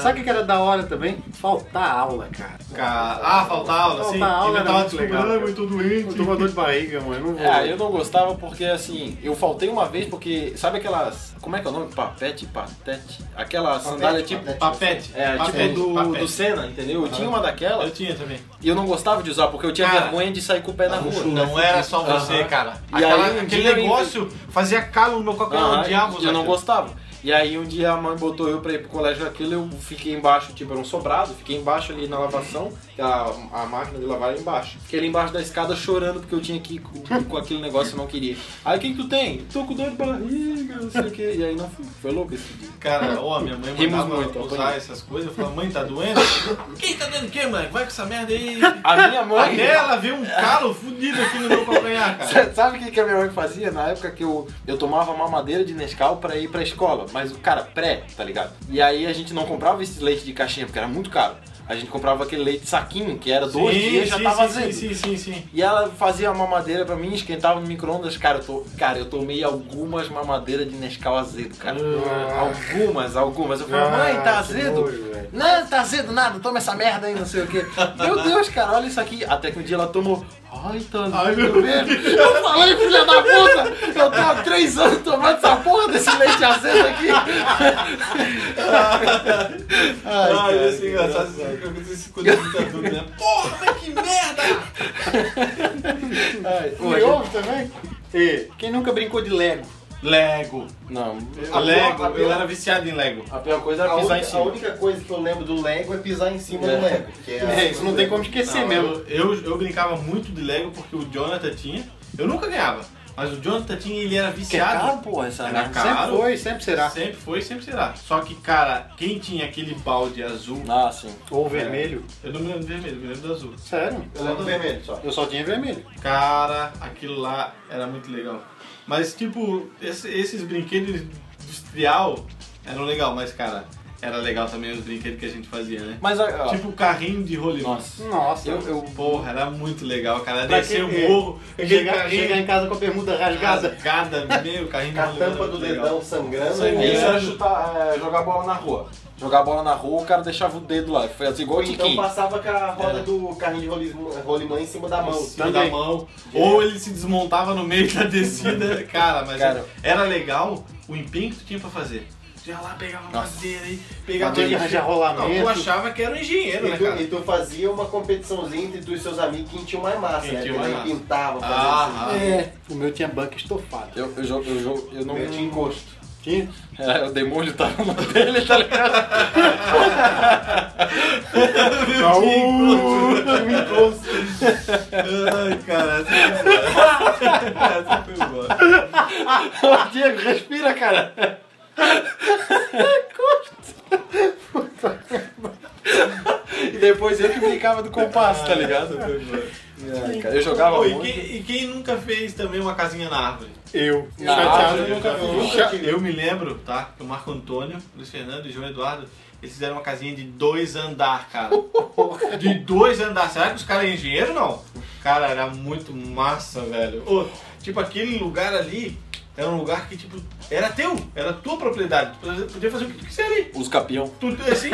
Sabe o que que era da hora também? Faltar aula, cara.
Cara, ah, faltava aula, sim.
Faltava aula,
Inventava
era muito
desculpa.
legal,
Ah,
cara.
eu tô
Eu
doente.
tô com dor de barriga, mano. eu Não vou.
*laughs*
Ah,
É, eu não gostava porque assim, eu faltei uma vez porque. Sabe aquelas. Como é que é o nome? Papete, patete? Aquela sandália tipo.
Papete.
É,
Papete,
tipo do,
papete.
do Senna, entendeu? Eu tinha uma daquela
Eu tinha também.
e eu não gostava de usar porque eu tinha
Cara,
vergonha de sair com o pé na rua. né?
Não era só você,
Aham.
cara.
E
Aquela-
aí, um
aquele
dia eu
negócio fazia calo no meu
Aham,
calcanhar, eu odiava
eu
usar
não
aquilo.
gostava. E aí um dia a mãe botou eu pra ir pro colégio aquilo, eu fiquei embaixo, tipo, era um sobrado, fiquei embaixo ali na lavação, que a, a máquina de lavar era embaixo. Fiquei ali embaixo da escada chorando porque eu tinha que ir com, com aquele negócio que eu não queria. Aí o que, que tu tem? Tô com dor de barriga, não sei o que. E aí não fui. Foi louco esse dia.
Cara, ó, minha mãe
Rimos
mandava
muito,
usar
apanhei.
essas coisas. Eu falava, mãe, tá doendo? *laughs* Quem tá doendo o quê, moleque? Vai com essa merda aí.
*laughs* A minha mãe.
Até ela viu um calo fudido aqui no meu calcanhar, cara.
Cê é Sabe o que, que a minha mãe fazia? Na época que eu, eu tomava mamadeira de Nescau pra ir pra escola. Mas o cara, pré, tá ligado? E aí a gente não comprava esse leite de caixinha, porque era muito caro. A gente comprava aquele leite saquinho, que era dois dias e já tava
sim,
azedo.
Sim, sim, sim.
E ela fazia a mamadeira pra mim, esquentava no micro-ondas. Cara, eu tô, cara, eu tomei algumas mamadeiras de Nescau azedo, cara.
Ah.
Algumas, algumas. Eu
Ah,
falei, mãe, tá azedo? Não, tá azedo nada, toma essa merda aí, não sei o quê. Meu Deus, cara, olha isso aqui. Até que um dia ela tomou. Ai, tá azedo mesmo. Eu falei, filha da puta, eu tô há três anos tomando essa porra desse leite azedo aqui.
Ai, cara, esse engraçado. Eu assim, disse quando eu tô adulto, né? Porra, mas que merda!
Ai,
E houve também? E quem nunca brincou de Lego?
Lego.
Não,
Lego. Eu era viciado em Lego.
a pior coisa
A
era pisar em
única, a
cima.
única coisa que eu lembro do Lego é pisar em cima
É.
do Lego. que é a-
É, isso não tem como esquecer
Não,
mesmo.
Eu, eu, eu brincava muito de Lego porque o Jonathan tinha. Eu nunca ganhava, mas o Jonathan tinha ele era
Que é caro,
viciado.
porra, essa
Era
merda.
caro.
Sempre foi, sempre será.
Sempre foi, sempre será. Só que, cara, quem tinha aquele balde azul.
Ah, sim.
Ou vermelho.
Eu não me lembro do vermelho, eu me lembro do azul.
É. Sério?
Eu lembro do vermelho só.
Eu só tinha vermelho.
Cara, aquilo lá era muito legal. Mas, tipo, esse- esses brinquedos industrial eram legal, mas, cara, era legal também os brinquedos que a gente fazia, né?
Mas, ó,
Tipo o carrinho de rolimã.
nossa.
Nossa.
Eu, eu,
Porra, era muito legal, cara.
Pra
Descer o
quê?
morro, aquele
Chegar,
carrinho
chegar em casa com a bermuda rasgada.
Rasgada, meu, carrinho de
Com a
rolimã era
tampa do
muito legal.
dedão sangrando.
Aí isso
Sangrando.
era é chutar, é, jogar bola na rua. Jogar bola na rua, o cara deixava o dedo lá. Foi assim, igual
Ou
o
então
Tiquinho.
passava com a roda
É.
do carrinho de rolimã, rolimã em cima da mão.
Em cima da mão. Ou ele se desmontava no meio da descida. Cara, mas
Cara.
era legal o empenho que tu tinha pra fazer. Já lá pegava madeira e pegava.
Madeira de arranjar rolamento.
Não, tu achava que era um engenheiro,
E
né,
tu,
cara? *laughs*
e tu fazia uma competiçãozinha entre tu e seus amigos quem tinha mais massa,
Quem
né?
tinha
Porque
mais
daí
massa.
pintava, fazia
Ah,
assim.
É, o meu tinha banca estofada.
Eu, eu, jogo, eu, jogo, eu não.
Eu tinha encosto.
Tinha?
É, o demônio tá na mão dele, tá ligado?
Tá um. *laughs* Ai, cara, essa foi boa. Essa foi boa.
Diego, respira, cara. e depois eu que brincava do compasso, tá ligado? Tipo, Ai, É, cara, Eu jogava
Pô, e,
muito.
quem, e quem nunca fez também uma casinha na árvore?
Eu.
Na
Chateado,
árvore,
eu nunca
Eu,
vi.
nunca- eu me lembro, tá? Que o Marco Antônio, Luiz Fernando e João Eduardo, eles fizeram uma casinha de dois andar,
*laughs*
cara. De dois andar. Será que os caras é engenheiro não? Cara, era muito massa, velho. Ô, tipo, aquele lugar ali era um lugar que, tipo, era teu, era tua propriedade. Tu podia fazer o que tu quiser ali.
Os campeão.
Tu, assim,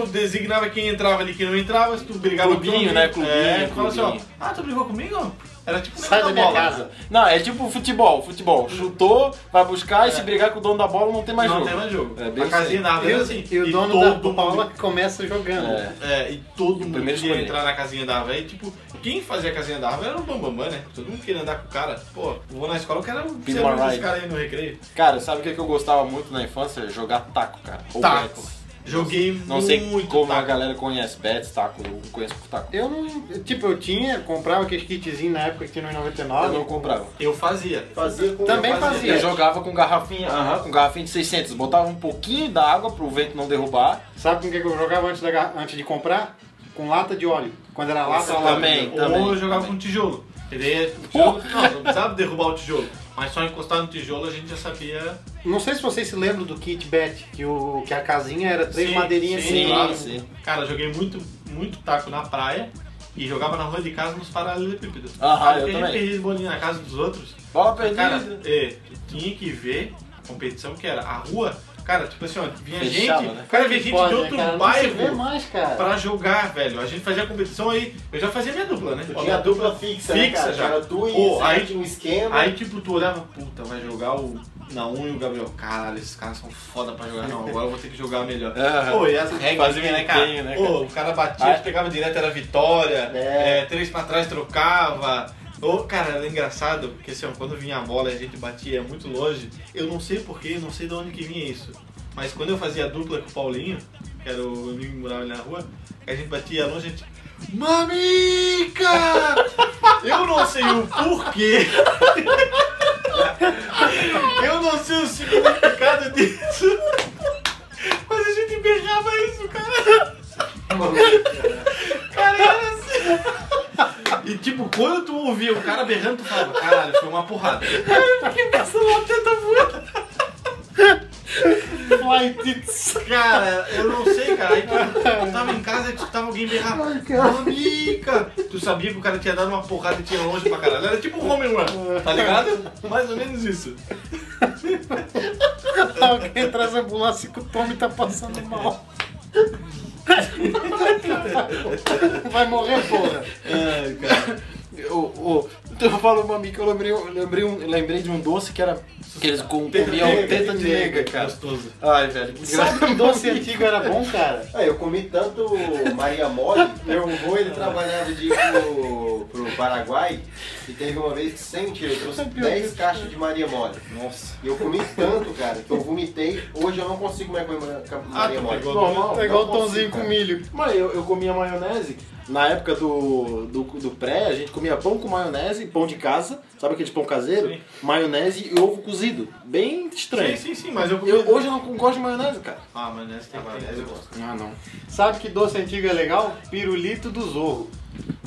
tu designava quem entrava ali e quem não entrava, se tu brigava
Clubinho,
com
né?
alguém,
Clubinho,
é, tu falava assim, ó,
clubinho.
ah, tu brigou comigo? Era tipo
Sai da
mesmo
minha
bola.
casa.
Não, é tipo futebol, futebol. Chutou, vai buscar e se brigar com o dono da bola não tem mais
É. não
jogo.
tem mais jogo.
É bem
a casinha na árvore
Eu,
era assim.
e o dono da
todo mundo-
bola começa jogando.
É.
É, e todo mundo
primeiro
queria
escolher.
entrar na casinha da árvore. E, tipo, quem fazia a casinha da árvore era o Bambambam, né? Todo mundo queria andar com o cara. Pô, eu vou na escola, eu quero
Be
ser
my
amigo desse
ride.
cara aí no recreio.
Cara, sabe o que que eu gostava muito na infância? Jogar taco, cara. Ou
Taco.
bets.
Joguei
Não sei
muito tá?
como é. a
taco.
galera conhece bets, taco. Eu não conheço por taco.
Eu não. eu, Tipo, eu tinha, comprava aqueles kitzinhos na época que tinha nos 99.
Eu não comprava.
Eu fazia.
Fazia com
Também
eu
fazia.
Eu jogava com garrafinha, aham, com garrafinha de 600. Botava um pouquinho da água pro vento não derrubar.
Sabe com o que que eu jogava antes, da gar- antes de comprar? Com lata de óleo. Quando era lata,
Isso
lata.
também.
Ou eu jogava com tijolo. Ele, o
*laughs*
tijolo não, não precisava derrubar o tijolo. Mas só encostar no tijolo a gente já sabia.
Não sei se vocês se lembram do Kit Bet, que, o, que a casinha era três
Sim,
madeirinhas
sim,
assim.
claro.
sim.
Cara, eu joguei muito, muito taco na praia e jogava na rua de casa nos paralelepípedos.
Aham,
Cara,
eu
a gente
também.
perdia bolinha na casa dos outros.
Bola perdida.
Cara, é, tu tinha que ver a competição que era. A rua, cara, tipo assim, ó, vinha
Fechava,
gente.
né?
Cara, vinha gente
Foda,
de
né,
outro
cara? Não se vê
bairro
mais, cara.
pra jogar, velho. A gente fazia a competição aí. Eu já fazia minha dupla, né? Ó,
Tinha a dupla fixa, né,
Fixa
cara?
já.
Era tu e
Pô,
aí
aí-
tinha um esquema.
Aí, tipo, tu olhava, puta, vai jogar o Naum e o Gabriel. Caralho, esses caras são foda pra jogar. Não, agora eu vou ter que jogar melhor.
Aham.
Pô, e as regras,
Fazia um
né, cara?
empenho, né,
Pô,
cara?
o cara batia,
Ah.
pegava direto, era vitória.
É.
É, três pra trás, trocava. Ô, cara, era engraçado, porque assim, ó, quando vinha a bola e a gente batia é muito longe, eu não sei porquê, não sei de onde que vinha isso. Mas quando eu fazia a dupla com o Paulinho, que era o amigo que morava ali na rua, a gente batia longe, a gente... Mamica! *laughs* Eu não sei o porquê. *laughs* Eu não sei o significado disso. Mas a gente beijava isso, cara. *laughs* Cara, era assim. E tipo, quando tu ouvia o cara berrando, tu falava, caralho, foi uma porrada.
Fly tits.
Cara, eu não sei, cara. Aí tu, tu tava em casa e tu tava alguém berrar. Mamica! Tu sabia que o cara tinha dado uma porrada e tinha longe pra caralho. Era tipo um home run, tá ligado? Mais ou menos isso.
Alguém traz a ambulância que o Tommy tá passando mal. Vai morrer, porra.
Eu, então eu, tu falou mamica, eu lembrei, eu lembrei, um- eu lembrei de um doce que era. que eles com- comiam teta, de nega, cara.
Gostoso.
Ai, velho, que
Sabe
*laughs* engraçado.
que doce antigo era bom, cara?
Ah, eu comi tanto Maria Mole, meu avô ele trabalhava de ir pro, pro Paraguai e teve uma vez que sem tiro, eu trouxe 10 caixas de Maria Mole.
Nossa.
E eu comi tanto, cara, que eu vomitei. Hoje eu não consigo mais comer ma- Maria
Ah, tu
Mole.
pegou
Normal.
É igual o
não consigo,
pãozinho com
cara.
milho.
Mano, eu, eu comia maionese. Na época do, do, do pré, a gente comia pão com maionese, pão de casa, sabe aquele pão caseiro?
Sim.
Maionese e ovo cozido. Bem
Sim,
estranho.
sim, sim, mas eu comi.
Eu, hoje eu não gosto de maionese, cara.
Ah, mas nessa tem maionese eu gosto.
Ah, não.
Sabe que doce antigo é legal? Pirulito do Zorro.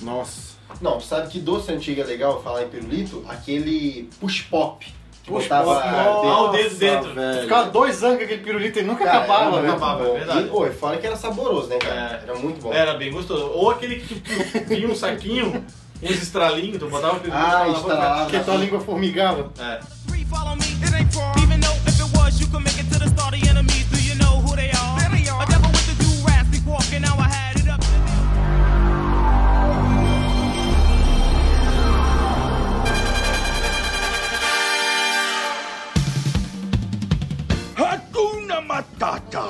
Nossa.
Não, sabe que doce antigo é legal falar em pirulito? Aquele push pop. Que
Push
botava
pop, nossa.
dentro-
Ah, o dedo dentro.
velho.
Ficava dois anos com aquele pirulito e nunca
Cara,
acabava, né?
era muito
velho.
acabava,
bom.
é verdade.
E, pô, e fora que era saboroso, né, cara?
É.
Era muito bom.
Era bem gostoso. Ou aquele que tu tu vinha um saquinho, uns estralinhos, tu botava o pirulito
Ah,
e
estralava.
Porque tua língua formigava.
É.
Follow me, it ain't far. Even though if it was, you could make it to the start of the enemy. Do you know who they are? A devil with the do rag, be walking. Now I had it up.
Hakuna Hakuna Matata.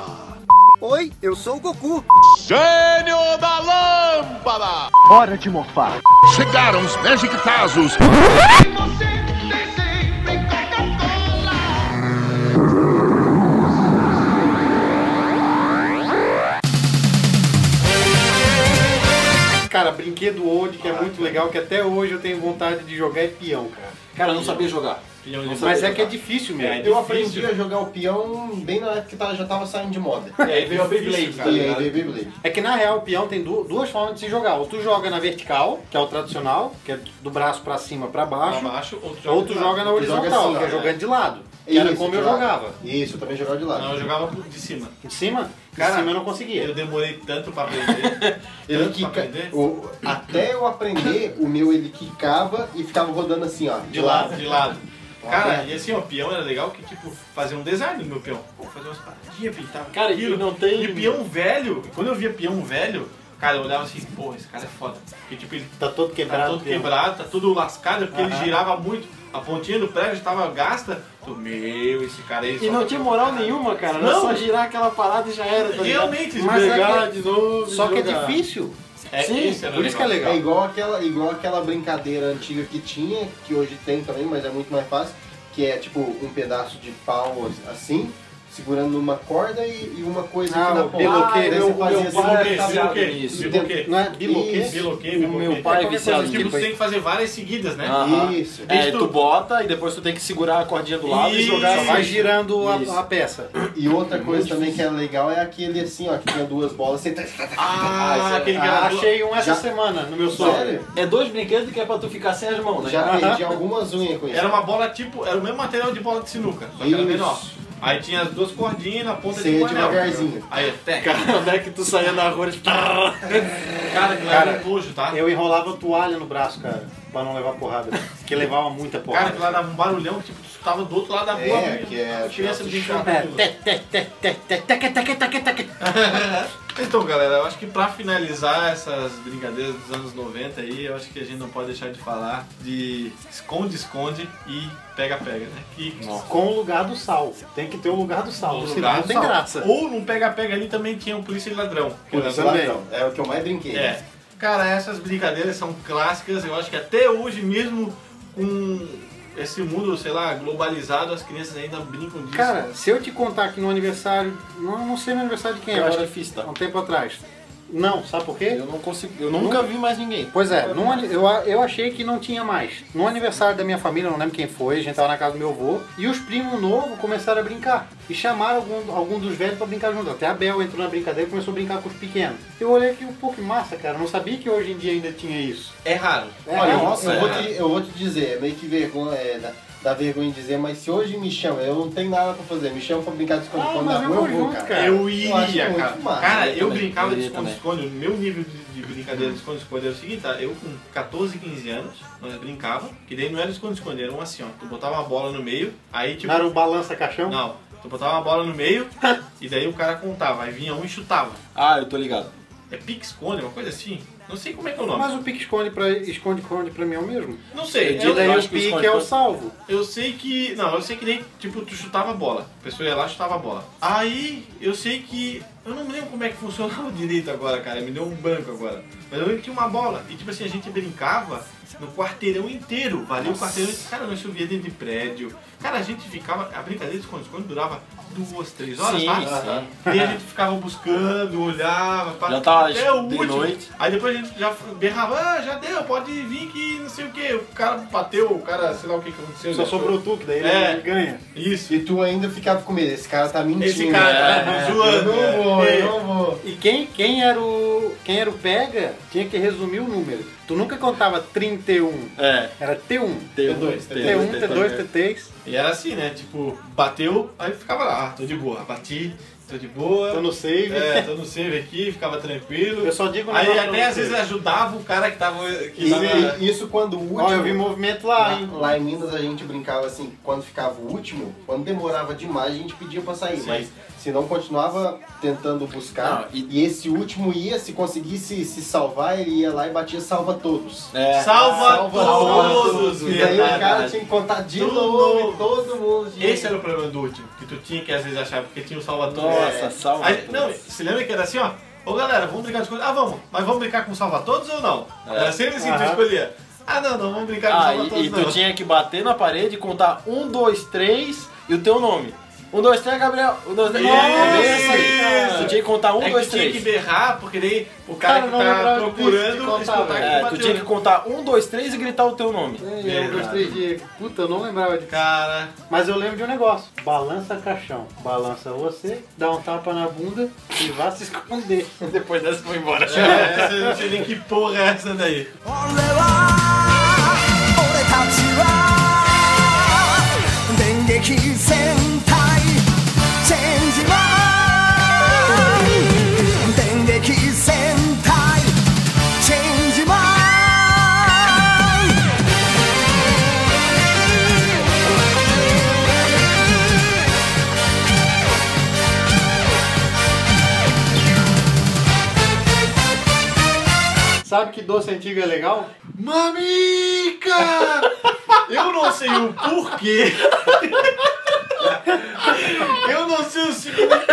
Oi, eu sou o Goku.
Gênio da Lâmpada.
Hora de morfar.
Chegaram os Magic Tazos.
Cara, brinquedo old que é muito legal, que até hoje eu tenho vontade de jogar é peão, cara.
Cara, eu não sabia jogar.
Pilhão de
Mas
Mas
bola.
é que é difícil mesmo.
É,
Eu aprendi a jogar o peão bem na época que tava- já tava saindo de
*laughs*
moda.
E É, aí veio a Beyblade, tá
E aí
ligado?
veio Beyblade.
É que na real o peão tem du- duas formas de se jogar. Ou tu joga na vertical, que é o tradicional, que é do braço pra cima pra baixo.
abaixo, outro
Ou tu
de
joga na
lado.
Tu joga
horizontal,
assim,
que é
né?
jogando de lado. Que era
Isso,
como eu
de lado.
jogava.
Isso, eu também jogava de
Não,
lado.
eu jogava de cima.
De cima?
Cara,
de cima eu não
Eu
conseguia.
demorei tanto pra
*laughs*
aprender.
Ele
tanto pra
quica...
aprender.
o- Até eu aprender, o meu ele quicava e ficava rodando assim, ó.
De lado, de lado. Cara,
Olha.
né?
e assim, ó, peão era legal que, tipo, fazia um design no meu peão. Pô, Fazer umas paradinhas, pintava.
Cara, e
aquilo.
não tem-
E peão velho, quando eu via peão velho, cara, eu olhava assim, porra, esse cara é foda. Porque, tipo, ele
Tá todo
tá
quebrado.
todo
peão.
quebrado, tá tudo lascado, porque ele
Aham.
girava muito. A pontinha do prédio tava gasta. Tu, meu, esse cara aí.
E
só-
não tinha moral nenhuma, cara. Era
Não.
só girar aquela parada e já era, tá ligado?
Realmente,
Mas é
Pegar
que-
de novo.
Só que é
jogar.
difícil.
É,
Sim,
isso era
Por isso que é legal.
É igual aquela, igual aquela brincadeira antiga que tinha, que hoje tem também, mas é muito mais fácil, que é tipo um pedaço de pau assim, segurando uma corda e, e uma coisa
Ah,
aqui na
o
ponta.
biloquê,
Daí
né?
você
O
fazia
biloquê,
tá
biloquê,
ligado?
isso.
Dentro-
Biloquê.
Não é biloquê?
Isso.
Biloquei,
O meu pai é viciado
Tipo,
nisso.
tu tem que fazer várias seguidas, né?
Ah.
Aham.
Isso.
É, tu bota e depois tu tem que segurar a cordinha do lado e
Isso.
jogar
Só vai
assim.
girando
Isso.
a, a peça.
E outra coisa também que é legal é aquele assim, ó, que tinha duas bolas assim. tá, tá, tá,
Ah, aquele
Ah,
cara.
achei um essa
Já-
semana no meu solo.
Sério?
É dois brinquedos que é pra tu ficar sem as mãos, né?
*laughs* Já perdi algumas unhas com isso.
Era uma bola tipo, era o mesmo material de bola de sinuca, só que era
Isso.
menor. Aí tinha as duas cordinhas na ponta
Você
de
ia
um anel.
devagarzinho.
Aí até. Cara,
Cara, onde é que tu saía na rua
*laughs*
e...
que lá era um nojo, tá?
Eu enrolava toalha no braço, cara, pra não levar porrada. Porque levava muita
Cara, que
porrada.
lá dava um barulhão, tipo, tu tava do outro lado da rua.
É,
mesmo.
que é-
Criança
que é
brincando.
É,
com aquilo.
te, te, te, te, te, teque, teque, teque, teque.
Então, galera, eu acho que pra finalizar essas brincadeiras dos anos 90 aí, eu acho que a gente não pode deixar de falar de esconde-esconde e pega-pega, né? Que
Com o lugar do sal. Tem que ter o lugar do sal.
Ou no
senão
lugar
não
do
tem
sal.
graça.
Ou num pega-pega ali também tinha um polícia e ladrão. que era
Polícia
Também.
ladrão. É o que eu mais brinquei.
É. Cara, essas brincadeiras são clássicas, eu acho que até hoje mesmo com esse mundo, sei lá, globalizado, as crianças ainda brincam disso.
Cara, se eu te contar que no aniversário. Não, não sei no aniversário de quem
Eu acho
agora,
difícil, tá?
há um tempo atrás. Não, sabe por quê?
Eu não consigo... Eu nunca vi mais ninguém.
Pois é, num ani- eu, a- eu achei que não tinha mais. No aniversário da minha família, eu não lembro quem foi, a gente tava na casa do meu avô, e os primos novos começaram a brincar. E chamaram algum, algum dos velhos pra brincar junto. Até a Bel entrou na brincadeira e começou a brincar com os pequenos. Eu olhei aqui um pouco que massa, cara. Eu Não sabia que hoje em dia ainda tinha isso.
É raro.
É,
Olha,
não,
eu, vou
é.
te, eu vou te dizer, é meio que vergonha, é, dá, dá vergonha em dizer, mas se hoje me chama, eu não tenho nada pra fazer, me chama pra brincar de
Ah,
esconde-esconde na
mas eu
rua, eu
vou
vou,
junto,
cara.
cara.
Eu
acho
iria,
muito
cara.
massa.
Cara, eu,
Eu também,
brincava
eu
de
iria também.
esconde-esconde. O meu nível de, de brincadeira de esconde-esconde era o seguinte, tá? Eu com 14, 15 anos, nós brincava, que daí não era esconde-esconde, era um assim, ó. Tu botava uma bola no meio, aí tipo.
Não era o balança caixão?
Não, tu botava uma bola no meio e daí o cara contava, aí vinha um e chutava.
Ah, eu tô ligado.
É pique-esconde, uma coisa assim. Não sei como é que é o nome.
Mas o pique esconde pra, esconde, esconde pra mim é o mesmo.
Não sei,
Eu
E
eu,
daí
acho
o
que o
pique
esconde-
é o salvo.
eu sei que. Não, eu sei que nem. Tipo, tu chutava a bola. A pessoa ia lá e chutava a bola. Aí eu sei que. Eu não lembro como é que funcionava *laughs* direito agora, cara. Me deu um branco agora. Mas eu lembro que tinha uma bola. E tipo assim, a gente brincava no quarteirão inteiro. Valia o quarteirão. Cara, nós chovia dentro de prédio. Cara, a gente ficava. A brincadeira de esconde-esconde durava duas, três horas,
Sim,
tá?
sim.
E a gente ficava buscando, olhava, pá,
Já tava
até o
de
último.
noite.
Aí depois a gente já berrava, ah, já deu, pode vir que não sei o que. O cara bateu, o cara, sei lá o que que aconteceu.
Só
já foi.
sobrou tu, que daí
É.
ele ganha.
Isso.
E tu ainda ficava com medo, esse cara tá mentindo.
Esse cara tá
É,
zoando.
Eu não vou,
É.
eu não vou.
E quem, quem, era o, quem era o pega tinha que resumir o número. Tu nunca contava 31,
É.
era T1.
T2,
T1, T2, T3.
E era assim, né? Tipo, bateu, aí ficava lá, ah, tô de boa, bati, tô de boa.
Tô no save.
É, tô no save aqui, ficava tranquilo.
Eu só digo um
Aí
negócio
até
pra
às
vocês.
vezes ajudava o cara que tava. Que
E,
tava...
e isso quando o último.
Ó, eu vi Ah, movimento lá,
lá,
hein?
lá em Minas a gente brincava assim, quando ficava o último, quando demorava demais a gente pedia pra sair,
Sim.
mas se não continuava tentando buscar,
Não,
e... esse último ia, se conseguisse se salvar, ele ia lá e batia salva todos.
É.
Salva, todos,
E daí o cara
verdade.
tinha que contar de
Tudo.
novo, todo mundo. tinha-
Esse era o problema do último, que tu tinha que às vezes achar, porque tinha o Salvatore.
Nossa,
É.
salva.
Aí, não, se lembra que era assim, ó. Ô galera, vamos brincar de coisa. Ah, vamos, mas vamos brincar com o Salvatodos ou não? Era sempre assim que tu
Aham.
escolhia. Ah, não, não, vamos brincar com o
É. Ah,
Salvatodos
e, e
não.
tu tinha que bater na parede e contar um, dois, três e o teu nome. Um, dois, três, Gabriel. Um, dois, três.
Isso,
Nossa,
isso.
Tu tinha que contar um,
é que
dois,
tu tinha
três.
que berrar, porque daí o cara,
Cara,
que
não
tá
lembrava disso,
procurando
de contar,
escutar
velho.
É,
que
tu
bateu.
tinha que contar um, dois, três e gritar o teu nome.
É, eu gostei de. Puta, eu não lembrava de.
Cara,
Mas eu lembro de um negócio: balança caixão. Balança você, dá um tapa na bunda e vá se esconder. *laughs*
Depois dessa foi embora.
é, essa, eu não sei nem que porra é essa daí.
俺は俺たちは電撃戦隊チェンジマン電撃戦隊チェンジマン
Sabe que doce antigo é legal?
Mamica! Eu não sei o porquê. Eu não sei o significado.